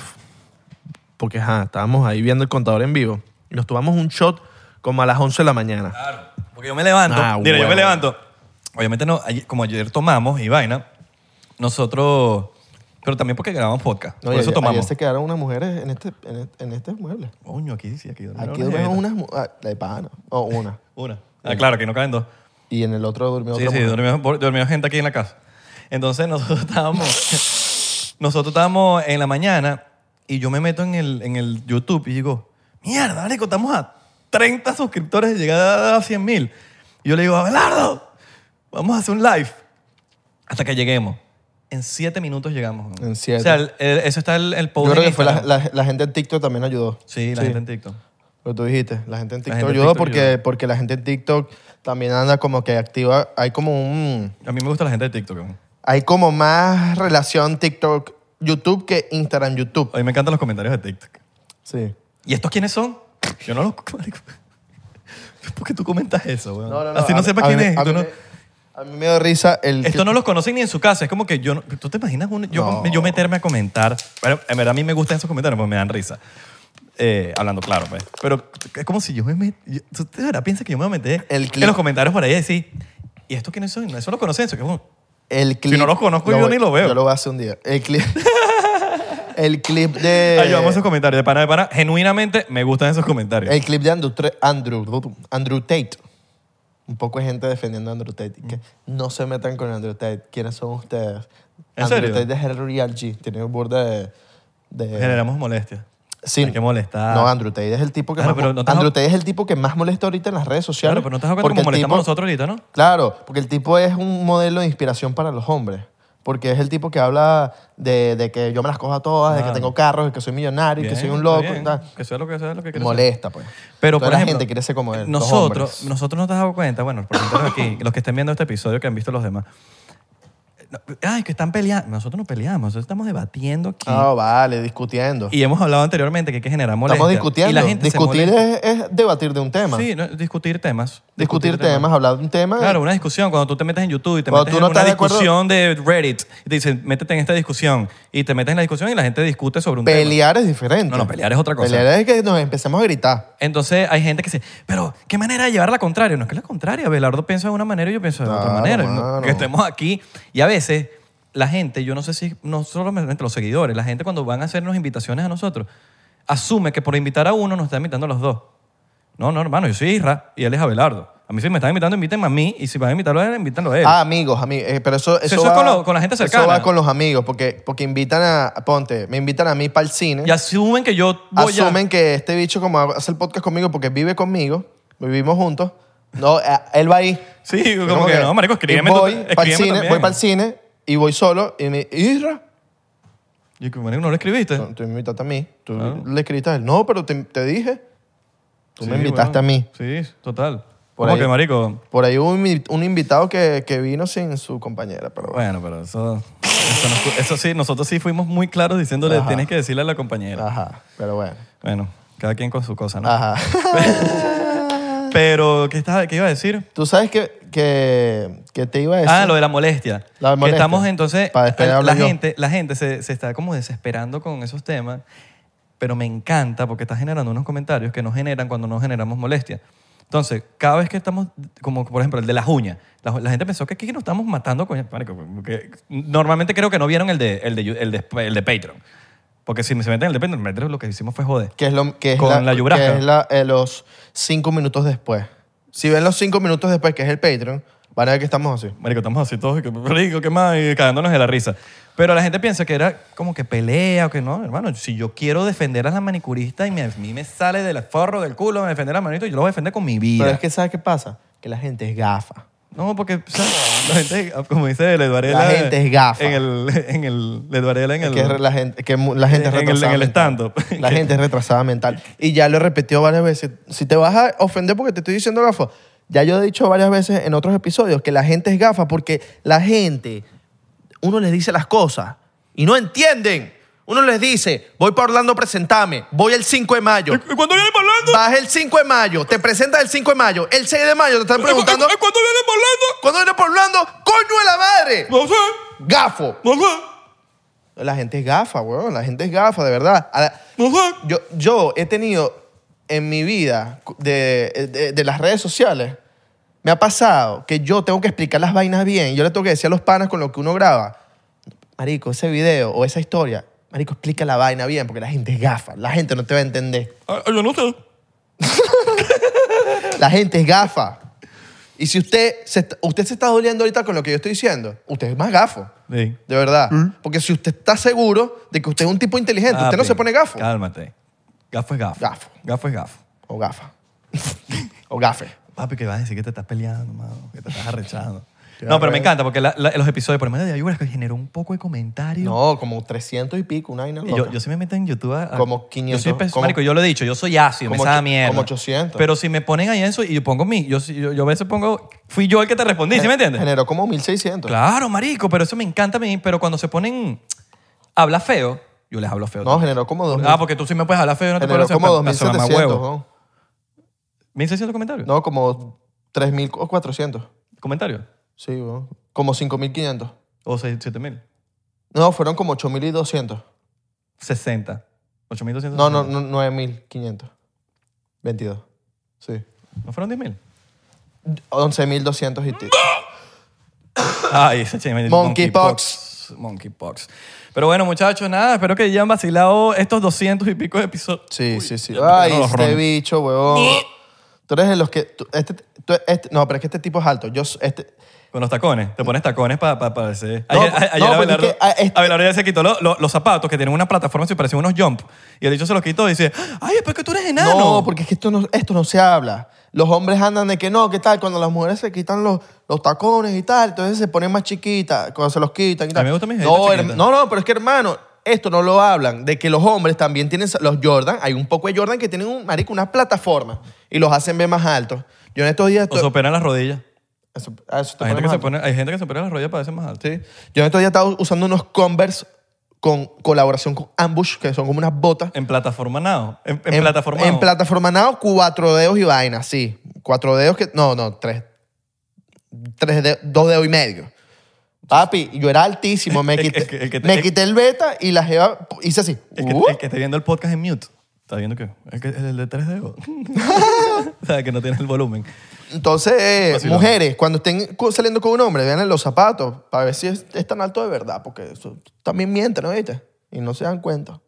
[SPEAKER 1] porque ajá, estábamos ahí viendo el contador en vivo, y nos tomamos un shot como a las 11 de la mañana.
[SPEAKER 2] Claro, porque yo me levanto.
[SPEAKER 1] Ah,
[SPEAKER 2] mira, yo
[SPEAKER 1] huevo.
[SPEAKER 2] me levanto. Obviamente, no, ayer- como ayer tomamos y vaina, nosotros. Pero también porque grabamos podcast.
[SPEAKER 1] No,
[SPEAKER 2] por
[SPEAKER 1] y
[SPEAKER 2] eso
[SPEAKER 1] ayer-
[SPEAKER 2] tomamos.
[SPEAKER 1] ayer se quedaron unas mujeres en este, en este, en este mueble.
[SPEAKER 2] Coño, aquí sí, aquí durmieron
[SPEAKER 1] Aquí
[SPEAKER 2] unas
[SPEAKER 1] durmieron
[SPEAKER 2] jevitas.
[SPEAKER 1] unas mu- ah, de pana, o una.
[SPEAKER 2] Una. Ah, claro, que no caen dos.
[SPEAKER 1] Y en el otro durmió
[SPEAKER 2] Sí,
[SPEAKER 1] otra
[SPEAKER 2] sí,
[SPEAKER 1] mujer.
[SPEAKER 2] durmió, por- durmió gente aquí en la casa. Entonces nosotros estábamos, nosotros estábamos en la mañana y yo me meto en el, en el YouTube y digo, mierda, marico, estamos a 30 suscriptores de llegar a 100 mil. Y yo le digo, Abelardo, vamos a hacer un live hasta que lleguemos. En siete minutos llegamos. weón.
[SPEAKER 1] En siete.
[SPEAKER 2] O sea, el- el- eso está el, el post
[SPEAKER 1] Yo
[SPEAKER 2] en
[SPEAKER 1] creo que fue la,
[SPEAKER 2] Instagram.
[SPEAKER 1] la- la gente en TikTok también ayudó.
[SPEAKER 2] Sí, la gente en TikTok.
[SPEAKER 1] Lo que tú dijiste, la gente en TikTok
[SPEAKER 2] gente en
[SPEAKER 1] ayudó
[SPEAKER 2] TikTok
[SPEAKER 1] porque, porque la gente en TikTok también anda como que activa. Hay como un.
[SPEAKER 2] A mí me gusta la gente de TikTok. weón.
[SPEAKER 1] Hay como más relación TikTok-YouTube que Instagram-YouTube.
[SPEAKER 2] A mí me encantan los comentarios de TikTok.
[SPEAKER 1] Sí.
[SPEAKER 2] ¿Y estos quiénes son? Yo no los... marico. ¿Por qué tú comentas eso, weón?
[SPEAKER 1] No, no, no.
[SPEAKER 2] Así
[SPEAKER 1] a
[SPEAKER 2] no
[SPEAKER 1] mí-
[SPEAKER 2] sepas
[SPEAKER 1] a mí
[SPEAKER 2] quién
[SPEAKER 1] me-
[SPEAKER 2] es.
[SPEAKER 1] A
[SPEAKER 2] tú
[SPEAKER 1] mí,
[SPEAKER 2] no-
[SPEAKER 1] me- a mí me dio risa el.
[SPEAKER 2] Esto no los conocen ni en su casa. Es como que yo... no- ¿Tú te imaginas un- yo,
[SPEAKER 1] No.
[SPEAKER 2] yo meterme a comentar? Bueno, en verdad a mí me gustan esos comentarios porque me dan risa. Eh, hablando claro, pues. Pero es como si yo me... met- yo- ¿Tú de verdad piensas que yo me voy a meter
[SPEAKER 1] El clip.
[SPEAKER 2] en los comentarios por ahí y decir... ¿Y estos quiénes son? ¿Eso los conocen? Eso que es como-
[SPEAKER 1] el clip,
[SPEAKER 2] no los conozco, yo
[SPEAKER 1] voy-
[SPEAKER 2] ni lo veo.
[SPEAKER 1] Yo lo voy a hacer un día. El clip. el clip de.
[SPEAKER 2] Ay, yo amo esos comentarios. De pana, de pana. Genuinamente me gustan esos comentarios.
[SPEAKER 1] El clip de Andrew, Tre- Andrew, Andrew Tate. Un poco de gente defendiendo a Andrew Tate. Que no se metan con Andrew Tate. ¿Quiénes son ustedes?
[SPEAKER 2] ¿En
[SPEAKER 1] Andrew
[SPEAKER 2] serio?
[SPEAKER 1] Tate es el real G. Tiene un borde de... de-
[SPEAKER 2] Generamos molestia.
[SPEAKER 1] Sí.
[SPEAKER 2] Hay que molestar.
[SPEAKER 1] No, Andrew Tate es el tipo que
[SPEAKER 2] Claro,
[SPEAKER 1] más...
[SPEAKER 2] pero no te has-
[SPEAKER 1] Andrew Tate es el tipo que más molesta ahorita en las redes sociales.
[SPEAKER 2] Claro, pero no te das cuenta
[SPEAKER 1] porque
[SPEAKER 2] cómo
[SPEAKER 1] el
[SPEAKER 2] molestamos
[SPEAKER 1] tipo-
[SPEAKER 2] nosotros ahorita, ¿no?
[SPEAKER 1] Claro, porque el tipo es un modelo de inspiración para los hombres. Porque es el tipo que habla de, de que yo me las cojo a todas, de
[SPEAKER 2] Ah.
[SPEAKER 1] que tengo carros, de que soy millonario,
[SPEAKER 2] Bien,
[SPEAKER 1] que soy un
[SPEAKER 2] está
[SPEAKER 1] loco y
[SPEAKER 2] bien.
[SPEAKER 1] tal.
[SPEAKER 2] Que sea lo que sea, lo que quieras
[SPEAKER 1] Molesta, pues.
[SPEAKER 2] hacer. Pero,
[SPEAKER 1] Toda
[SPEAKER 2] por
[SPEAKER 1] la
[SPEAKER 2] ejemplo,
[SPEAKER 1] gente quiere ser como él. los
[SPEAKER 2] Nosotros,
[SPEAKER 1] hombres.
[SPEAKER 2] nosotros no te has dado cuenta, bueno, los comentarios aquí, los que estén viendo este episodio, que han visto los demás. No, Ay, que están peleando. Nosotros no peleamos, nosotros estamos debatiendo aquí.
[SPEAKER 1] Ah, vale, discutiendo.
[SPEAKER 2] Y hemos hablado anteriormente que hay que generar molestia.
[SPEAKER 1] Estamos
[SPEAKER 2] Y
[SPEAKER 1] discutiendo.
[SPEAKER 2] la gente se
[SPEAKER 1] discutir
[SPEAKER 2] molesta.
[SPEAKER 1] es, es debatir de un tema.
[SPEAKER 2] Sí, no, discutir temas.
[SPEAKER 1] discutir, temas, hablar de un tema.
[SPEAKER 2] Claro, una discusión. Cuando tú te metes en YouTube y te
[SPEAKER 1] Cuando
[SPEAKER 2] metes
[SPEAKER 1] tú
[SPEAKER 2] en
[SPEAKER 1] no
[SPEAKER 2] una
[SPEAKER 1] estás de acuerdo-
[SPEAKER 2] discusión de Reddit y te dicen, métete en esta discusión. Y te metes en la discusión y la gente discute sobre un tema.
[SPEAKER 1] pelear es diferente.
[SPEAKER 2] No, no, pelear es otra cosa.
[SPEAKER 1] Pelear es que nos empecemos a gritar.
[SPEAKER 2] Entonces hay gente que dice, pero ¿qué manera de llevar la contraria? No es que la contraria, Belardo piensa de una manera y yo pienso de otra
[SPEAKER 1] Claro,
[SPEAKER 2] manera. No,
[SPEAKER 1] mano.
[SPEAKER 2] Que estemos aquí. Y a veces la gente, yo no sé si, no solo entre los seguidores, la gente cuando van a hacernos invitaciones a nosotros, asume que por invitar a uno nos está invitando a los dos. No, no, hermano, yo soy Isra y él es Abelardo. A mí si me están invitando, invítenme a mí y si van a invitarlo a él, invítanlo a él.
[SPEAKER 1] Ah, amigos, amigos. pero eso, eso,
[SPEAKER 2] eso es
[SPEAKER 1] va,
[SPEAKER 2] con lo- con la gente cercana.
[SPEAKER 1] Eso va con los amigos, porque, porque invitan a. Ponte, me invitan a mí para el cine.
[SPEAKER 2] y asumen que yo voy a-
[SPEAKER 1] Asumen que este bicho, como hace el podcast conmigo, porque vive conmigo, vivimos juntos. No, eh, él va ahí.
[SPEAKER 2] Sí, como,
[SPEAKER 1] Como
[SPEAKER 2] que,
[SPEAKER 1] que
[SPEAKER 2] no, marico, escríbeme. tú-
[SPEAKER 1] Voy para
[SPEAKER 2] escríbeme
[SPEAKER 1] el cine,
[SPEAKER 2] también.
[SPEAKER 1] voy para el cine y voy solo y me Isra,
[SPEAKER 2] Y que, marico, no lo escribiste.
[SPEAKER 1] tú, tú me invitaste a mí, tú
[SPEAKER 2] Claro.
[SPEAKER 1] le escribiste a él, no, pero te, te dije, tú me
[SPEAKER 2] Sí,
[SPEAKER 1] invitaste
[SPEAKER 2] bueno,
[SPEAKER 1] a mí.
[SPEAKER 2] Sí, total.
[SPEAKER 1] Por
[SPEAKER 2] como
[SPEAKER 1] ahí.
[SPEAKER 2] que, marico,
[SPEAKER 1] Por ahí hubo un, invi- un invitado que, que vino sin su compañera, pero bueno.
[SPEAKER 2] bueno, pero eso... Eso, no fu- eso sí, nosotros sí fuimos muy claros diciéndole,
[SPEAKER 1] Ajá.
[SPEAKER 2] tienes que decirle a la compañera.
[SPEAKER 1] Ajá, Ah. pero bueno.
[SPEAKER 2] Bueno, cada quien con su cosa, ¿no?
[SPEAKER 1] Ajá.
[SPEAKER 2] Pero, ¿qué, estaba, ¿qué iba a decir?
[SPEAKER 1] tú sabes que, que, que te iba a decir.
[SPEAKER 2] Ah, lo de la molestia.
[SPEAKER 1] La
[SPEAKER 2] Que
[SPEAKER 1] molestia.
[SPEAKER 2] estamos entonces...
[SPEAKER 1] Para despegar
[SPEAKER 2] la,
[SPEAKER 1] hablo yo.
[SPEAKER 2] gente, la gente se, se está como desesperando con esos temas, pero me encanta porque está generando unos comentarios que nos generan cuando no generamos molestia. Entonces, cada vez que estamos, como por ejemplo el de las uñas, la, la gente pensó que aquí nos estamos matando con... marico, porque normalmente creo que no vieron el de, el de, el de, el de Patreon. Porque si se meten en el de Patreon, Patreon lo que hicimos fue joder.
[SPEAKER 1] que es, lo, que es,
[SPEAKER 2] Con la yubraca.
[SPEAKER 1] que es la- eh, los cinco minutos después. Si ven los cinco minutos después, que es el Patreon, van a ver que estamos así.
[SPEAKER 2] Marico, estamos así todos, y que rico, qué más, y cagándonos de la risa. Pero la gente piensa que era como que pelea o que no, hermano. Si yo quiero defender a la manicurista y me- a mí me sale del forro del culo, me defender a la manito, yo lo voy a defender con mi vida.
[SPEAKER 1] Pero es que, ¿sabes qué pasa? Que la gente es gafa.
[SPEAKER 2] No, porque ¿sabes? la gente, como dice el Eduarela.
[SPEAKER 1] La gente es gafa.
[SPEAKER 2] En el, en el, el Eduarela, en el.
[SPEAKER 1] que es re- la gente, que mu- la gente es
[SPEAKER 2] en el- en
[SPEAKER 1] retrasada
[SPEAKER 2] el
[SPEAKER 1] mental.
[SPEAKER 2] stand-up.
[SPEAKER 1] La gente es retrasada mental. Y ya lo he repetido varias veces. Si te vas a ofender porque te estoy diciendo gafa, ya yo he dicho varias veces en otros episodios que la gente es gafa porque la gente, uno les dice las cosas y no entienden. Uno les dice, voy para Orlando a presentarme, voy el 5 de mayo.
[SPEAKER 2] ¿Y cuándo viene hablando?
[SPEAKER 1] Vas el 5 de mayo, te presentas el 5 de mayo, el 6 de mayo te están preguntando,
[SPEAKER 2] ¿Cuándo viene hablando?
[SPEAKER 1] ¿cuándo vienes por Orlando? ¡Coño de la madre!
[SPEAKER 2] No sé,
[SPEAKER 1] ¡Gafo!
[SPEAKER 2] no sé,
[SPEAKER 1] La gente es gafa, weón. La gente es gafa, de verdad. A la-
[SPEAKER 2] no sé.
[SPEAKER 1] yo, yo he tenido en mi vida cu- de, de- de las redes sociales, me ha pasado que yo tengo que explicar las vainas bien. Yo le tengo que decir a los panas con lo que uno graba, Marico, ese video o esa historia, Marico, explica la vaina bien porque la gente es gafa. La gente no te va a entender.
[SPEAKER 2] Ah, Yo no sé.
[SPEAKER 1] La gente es gafa. Y si usted se, est- usted se está doliendo ahorita con lo que yo estoy diciendo, usted es más gafo.
[SPEAKER 2] Sí.
[SPEAKER 1] De verdad.
[SPEAKER 2] Mm.
[SPEAKER 1] Porque si usted está seguro de que usted es un tipo inteligente, usted no
[SPEAKER 2] Papi,
[SPEAKER 1] se pone gafo.
[SPEAKER 2] Cálmate. Gafo es gafo.
[SPEAKER 1] Gafo.
[SPEAKER 2] Gafo es gafo.
[SPEAKER 1] O gafa. o gafe.
[SPEAKER 2] Papi, que vas a decir que te estás peleando, mano, que te estás arrechando. No, pero me encanta porque la- la- los episodios, por lo menos de Ayuras, que generó un poco de comentarios.
[SPEAKER 1] No, como 300 y pico, una vaina
[SPEAKER 2] Y
[SPEAKER 1] loca.
[SPEAKER 2] yo, yo sí me meto en YouTube a... a-
[SPEAKER 1] Como 500,
[SPEAKER 2] Yo soy pes-
[SPEAKER 1] como-
[SPEAKER 2] marico, yo lo he dicho, yo soy ácido, me
[SPEAKER 1] como
[SPEAKER 2] sabe a
[SPEAKER 1] ocho-
[SPEAKER 2] mierda.
[SPEAKER 1] como 800.
[SPEAKER 2] Pero si me ponen ahí eso y yo pongo mi... Yo, yo, yo a veces pongo... Fui yo el que te respondí, ¿sí me entiendes?
[SPEAKER 1] Generó como 1600.
[SPEAKER 2] Claro, marico, pero eso me encanta a mí. Pero cuando se ponen... Habla feo, yo les hablo feo.
[SPEAKER 1] No, generó como 2000.
[SPEAKER 2] ah, porque tú sí me puedes hablar feo, yo no te puedo
[SPEAKER 1] generó
[SPEAKER 2] hablar feo.
[SPEAKER 1] como
[SPEAKER 2] pa- pa- sonarme a
[SPEAKER 1] 2700.
[SPEAKER 2] huevo.
[SPEAKER 1] ¿no?
[SPEAKER 2] 1600 comentarios.
[SPEAKER 1] No, como 3400.
[SPEAKER 2] Comentarios.
[SPEAKER 1] Sí, weón. como 5500.
[SPEAKER 2] O 6, 7000.
[SPEAKER 1] No, fueron como 8200.
[SPEAKER 2] 60. 8200.
[SPEAKER 1] No, no, no 9500. 22. Sí.
[SPEAKER 2] ¿No fueron 10000?
[SPEAKER 1] 11200 y ti.
[SPEAKER 2] Ay, ese chisme.
[SPEAKER 1] Monkeypox.
[SPEAKER 2] Monkeypox. Pero bueno, muchachos, nada, espero que hayan vacilado estos 200 y pico de episodios.
[SPEAKER 1] Sí, sí, sí.
[SPEAKER 2] ya me
[SPEAKER 1] Ay,
[SPEAKER 2] pegaron los
[SPEAKER 1] este
[SPEAKER 2] rones.
[SPEAKER 1] bicho, huevón. Tú eres de los que... tú- este, tú- este- no, pero es que este tipo es alto. Yo, s- este,
[SPEAKER 2] Con los tacones. Te pones tacones para pa, parecer.
[SPEAKER 1] No,
[SPEAKER 2] Ayer,
[SPEAKER 1] no,
[SPEAKER 2] a- ayer
[SPEAKER 1] pero es
[SPEAKER 2] Abelardo,
[SPEAKER 1] que, ah, este-
[SPEAKER 2] Abelardo ya se quitó lo- lo- los zapatos que tienen una plataforma y parecen unos jump. Y el dicho se los quitó y dice: Ay, es porque tú eres enano.
[SPEAKER 1] No, porque es que esto no, esto no se habla. Los hombres andan de que no, ¿qué tal? Cuando las mujeres se quitan los, los tacones y tal, entonces se ponen más chiquitas, cuando se los quitan y tal.
[SPEAKER 2] A mí me gustan mis
[SPEAKER 1] no,
[SPEAKER 2] deditos
[SPEAKER 1] herma-
[SPEAKER 2] chiquitos.
[SPEAKER 1] no, no, pero es que hermano, esto no lo hablan, de que los hombres también tienen, sa- los Jordan, hay un poco de Jordan que tienen, un, marico, unas plataformas y los hacen ver más altos. Yo en estos días...
[SPEAKER 2] O se operan las rodillas.
[SPEAKER 1] eso, ah, eso te
[SPEAKER 2] Hay gente, que
[SPEAKER 1] pone más
[SPEAKER 2] se
[SPEAKER 1] alto.
[SPEAKER 2] pone- hay gente que se opera las rodillas para ser más alta.
[SPEAKER 1] Sí. Yo en estos días estaba usando unos Converse con colaboración con Ambush, que son como unas botas.
[SPEAKER 2] En plataforma now. En, en, plataforma.
[SPEAKER 1] En
[SPEAKER 2] now.
[SPEAKER 1] plataforma now, cuatro dedos y vaina, sí. Cuatro dedos que. No, no, tres. tres de- dos dedos y medio. Papi, yo era altísimo. Me
[SPEAKER 2] El que-
[SPEAKER 1] quité,
[SPEAKER 2] el que- el que te-
[SPEAKER 1] me
[SPEAKER 2] el-
[SPEAKER 1] quité el beta y la jeva hice así.
[SPEAKER 2] El que,
[SPEAKER 1] Uh,
[SPEAKER 2] el que esté viendo el podcast en mute. ¿Está viendo qué? El, que- el de 3 dedos. o sea, que no tiene el volumen.
[SPEAKER 1] entonces, eh,
[SPEAKER 2] Vacilón.
[SPEAKER 1] mujeres, cuando estén cu- saliendo con un hombre, vean los zapatos para ver si es, es tan alto de verdad, porque eso también mienten, ¿no viste? Y no se dan cuenta.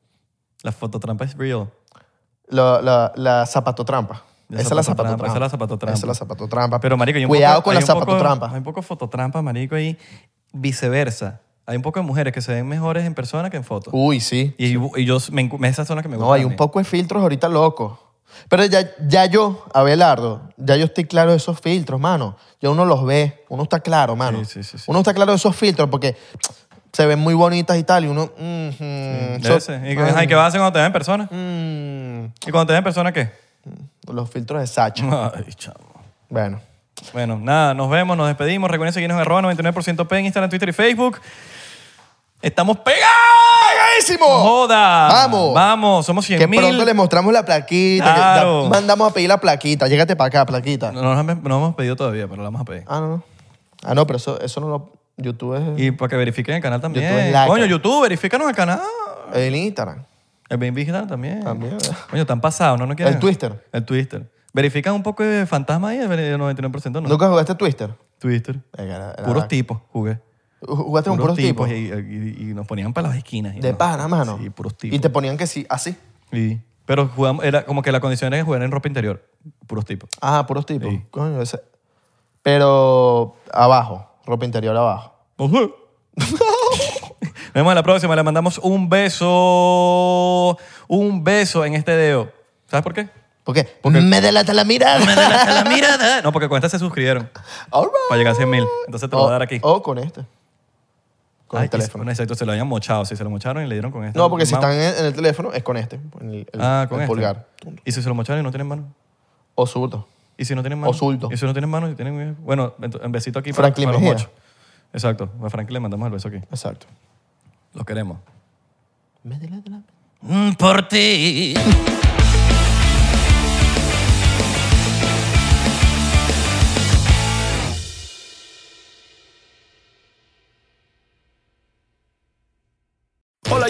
[SPEAKER 2] La fototrampa es real.
[SPEAKER 1] La, la, la zapatotrampa.
[SPEAKER 2] La
[SPEAKER 1] Esa es la
[SPEAKER 2] zapatotrampa,
[SPEAKER 1] zapatotrampa.
[SPEAKER 2] esa es la zapatotrampa.
[SPEAKER 1] Esa es la zapatotrampa.
[SPEAKER 2] Pero, marico, hay un
[SPEAKER 1] Cuidado
[SPEAKER 2] poco-
[SPEAKER 1] con
[SPEAKER 2] hay
[SPEAKER 1] la
[SPEAKER 2] un poco-
[SPEAKER 1] zapatotrampa.
[SPEAKER 2] Hay un poco de fototrampa, marico, y viceversa. Hay un poco de mujeres que se ven mejores en persona que en foto.
[SPEAKER 1] Uy, Uh, sí.
[SPEAKER 2] y, y yo, me, encu- esas son las que me gustan.
[SPEAKER 1] No, hay
[SPEAKER 2] a
[SPEAKER 1] un
[SPEAKER 2] mí.
[SPEAKER 1] poco de filtros ahorita locos. Pero ya, ya yo, Abelardo, ya yo estoy claro de esos filtros, mano. Ya uno los ve, uno está claro, mano.
[SPEAKER 2] Sí, sí, sí, sí.
[SPEAKER 1] Uno está claro de esos filtros porque se ven muy bonitas y tal, y uno... mhm,
[SPEAKER 2] Debe
[SPEAKER 1] eso-
[SPEAKER 2] ser. ¿Y,
[SPEAKER 1] ay,
[SPEAKER 2] ajá, ¿y qué vas a hacer cuando te ven en persona?
[SPEAKER 1] mm,
[SPEAKER 2] ¿Y cuando te ven en persona qué?
[SPEAKER 1] los filtros de Sacha.
[SPEAKER 2] Ay, chavo.
[SPEAKER 1] Bueno.
[SPEAKER 2] Bueno, nada, nos vemos, nos despedimos. Recuerden seguirnos en arroba 99% P en Instagram, Twitter y Facebook. Estamos pegados.
[SPEAKER 1] ¡Pegadísimo!
[SPEAKER 2] ¡No ¡Joda!
[SPEAKER 1] Vamos.
[SPEAKER 2] Vamos, somos 100
[SPEAKER 1] Que
[SPEAKER 2] mil.
[SPEAKER 1] pronto les mostramos la plaquita. que la-
[SPEAKER 2] Claro.
[SPEAKER 1] mandamos a pedir la plaquita. Llégate para acá, plaquita.
[SPEAKER 2] No, no, no hemos pedido todavía, pero la vamos a pedir.
[SPEAKER 1] Ah, no, no. Ah, no, pero eso, eso no lo... YouTube es
[SPEAKER 2] Y para que verifiquen el canal también.
[SPEAKER 1] YouTube es lacra.
[SPEAKER 2] Coño, YouTube, verifícanos el canal.
[SPEAKER 1] el Instagram.
[SPEAKER 2] El Bain Digital también.
[SPEAKER 1] También.
[SPEAKER 2] Coño, están pasados, ¿no? no quieren?
[SPEAKER 1] El Twister.
[SPEAKER 2] El Twister. Verifican un poco de fantasma ahí, el 99% no.
[SPEAKER 1] ¿Nunca jugaste Twister?
[SPEAKER 2] Twister.
[SPEAKER 1] Venga, era- era-
[SPEAKER 2] Puros tipos, jugué.
[SPEAKER 1] Jugaste con Ah. puros tipos.
[SPEAKER 2] Y, y- y nos ponían para las esquinas. y
[SPEAKER 1] De
[SPEAKER 2] no.
[SPEAKER 1] pana, mano.
[SPEAKER 2] Sí, puros
[SPEAKER 1] Y
[SPEAKER 2] tipos.
[SPEAKER 1] te ponían que sí, así.
[SPEAKER 2] Y- pero jugamos, era como que la condición era jugar en ropa interior. Puros tipos.
[SPEAKER 1] Ah, puros tipos.
[SPEAKER 2] Sí.
[SPEAKER 1] Coño, ese- Pero abajo, ropa interior abajo.
[SPEAKER 2] No sé. Nos vemos en la próxima. Le mandamos un beso. Un beso en este dedo. ¿Sabes por qué?
[SPEAKER 1] ¿Por qué? me delata la mirada.
[SPEAKER 2] Me delata la mirada. No, porque con esta se suscribieron
[SPEAKER 1] All right.
[SPEAKER 2] para llegar a 100 mil. Entonces te lo voy a dar aquí.
[SPEAKER 1] O o con este. Con
[SPEAKER 2] Ay,
[SPEAKER 1] el teléfono.
[SPEAKER 2] bueno, exacto, se lo habían mochado. Si se lo mocharon y le dieron con esta.
[SPEAKER 1] No, porque si
[SPEAKER 2] mano.
[SPEAKER 1] están en en el teléfono, es con este. con El, el-
[SPEAKER 2] Ah, con
[SPEAKER 1] el
[SPEAKER 2] esta.
[SPEAKER 1] pulgar.
[SPEAKER 2] Y si se lo mocharon y no tienen mano.
[SPEAKER 1] O surdo.
[SPEAKER 2] Y si no tienen mano.
[SPEAKER 1] O zurdo.
[SPEAKER 2] Y si no tienen mano, y tienen. Bueno, ento- un besito aquí
[SPEAKER 1] Franklin
[SPEAKER 2] para, para los
[SPEAKER 1] Mejía.
[SPEAKER 2] mochos. Exacto. A Franklin le mandamos el beso aquí.
[SPEAKER 1] Exacto.
[SPEAKER 2] Los queremos.
[SPEAKER 1] Me delata la mirada.
[SPEAKER 2] Por ti.
[SPEAKER 3] Hola,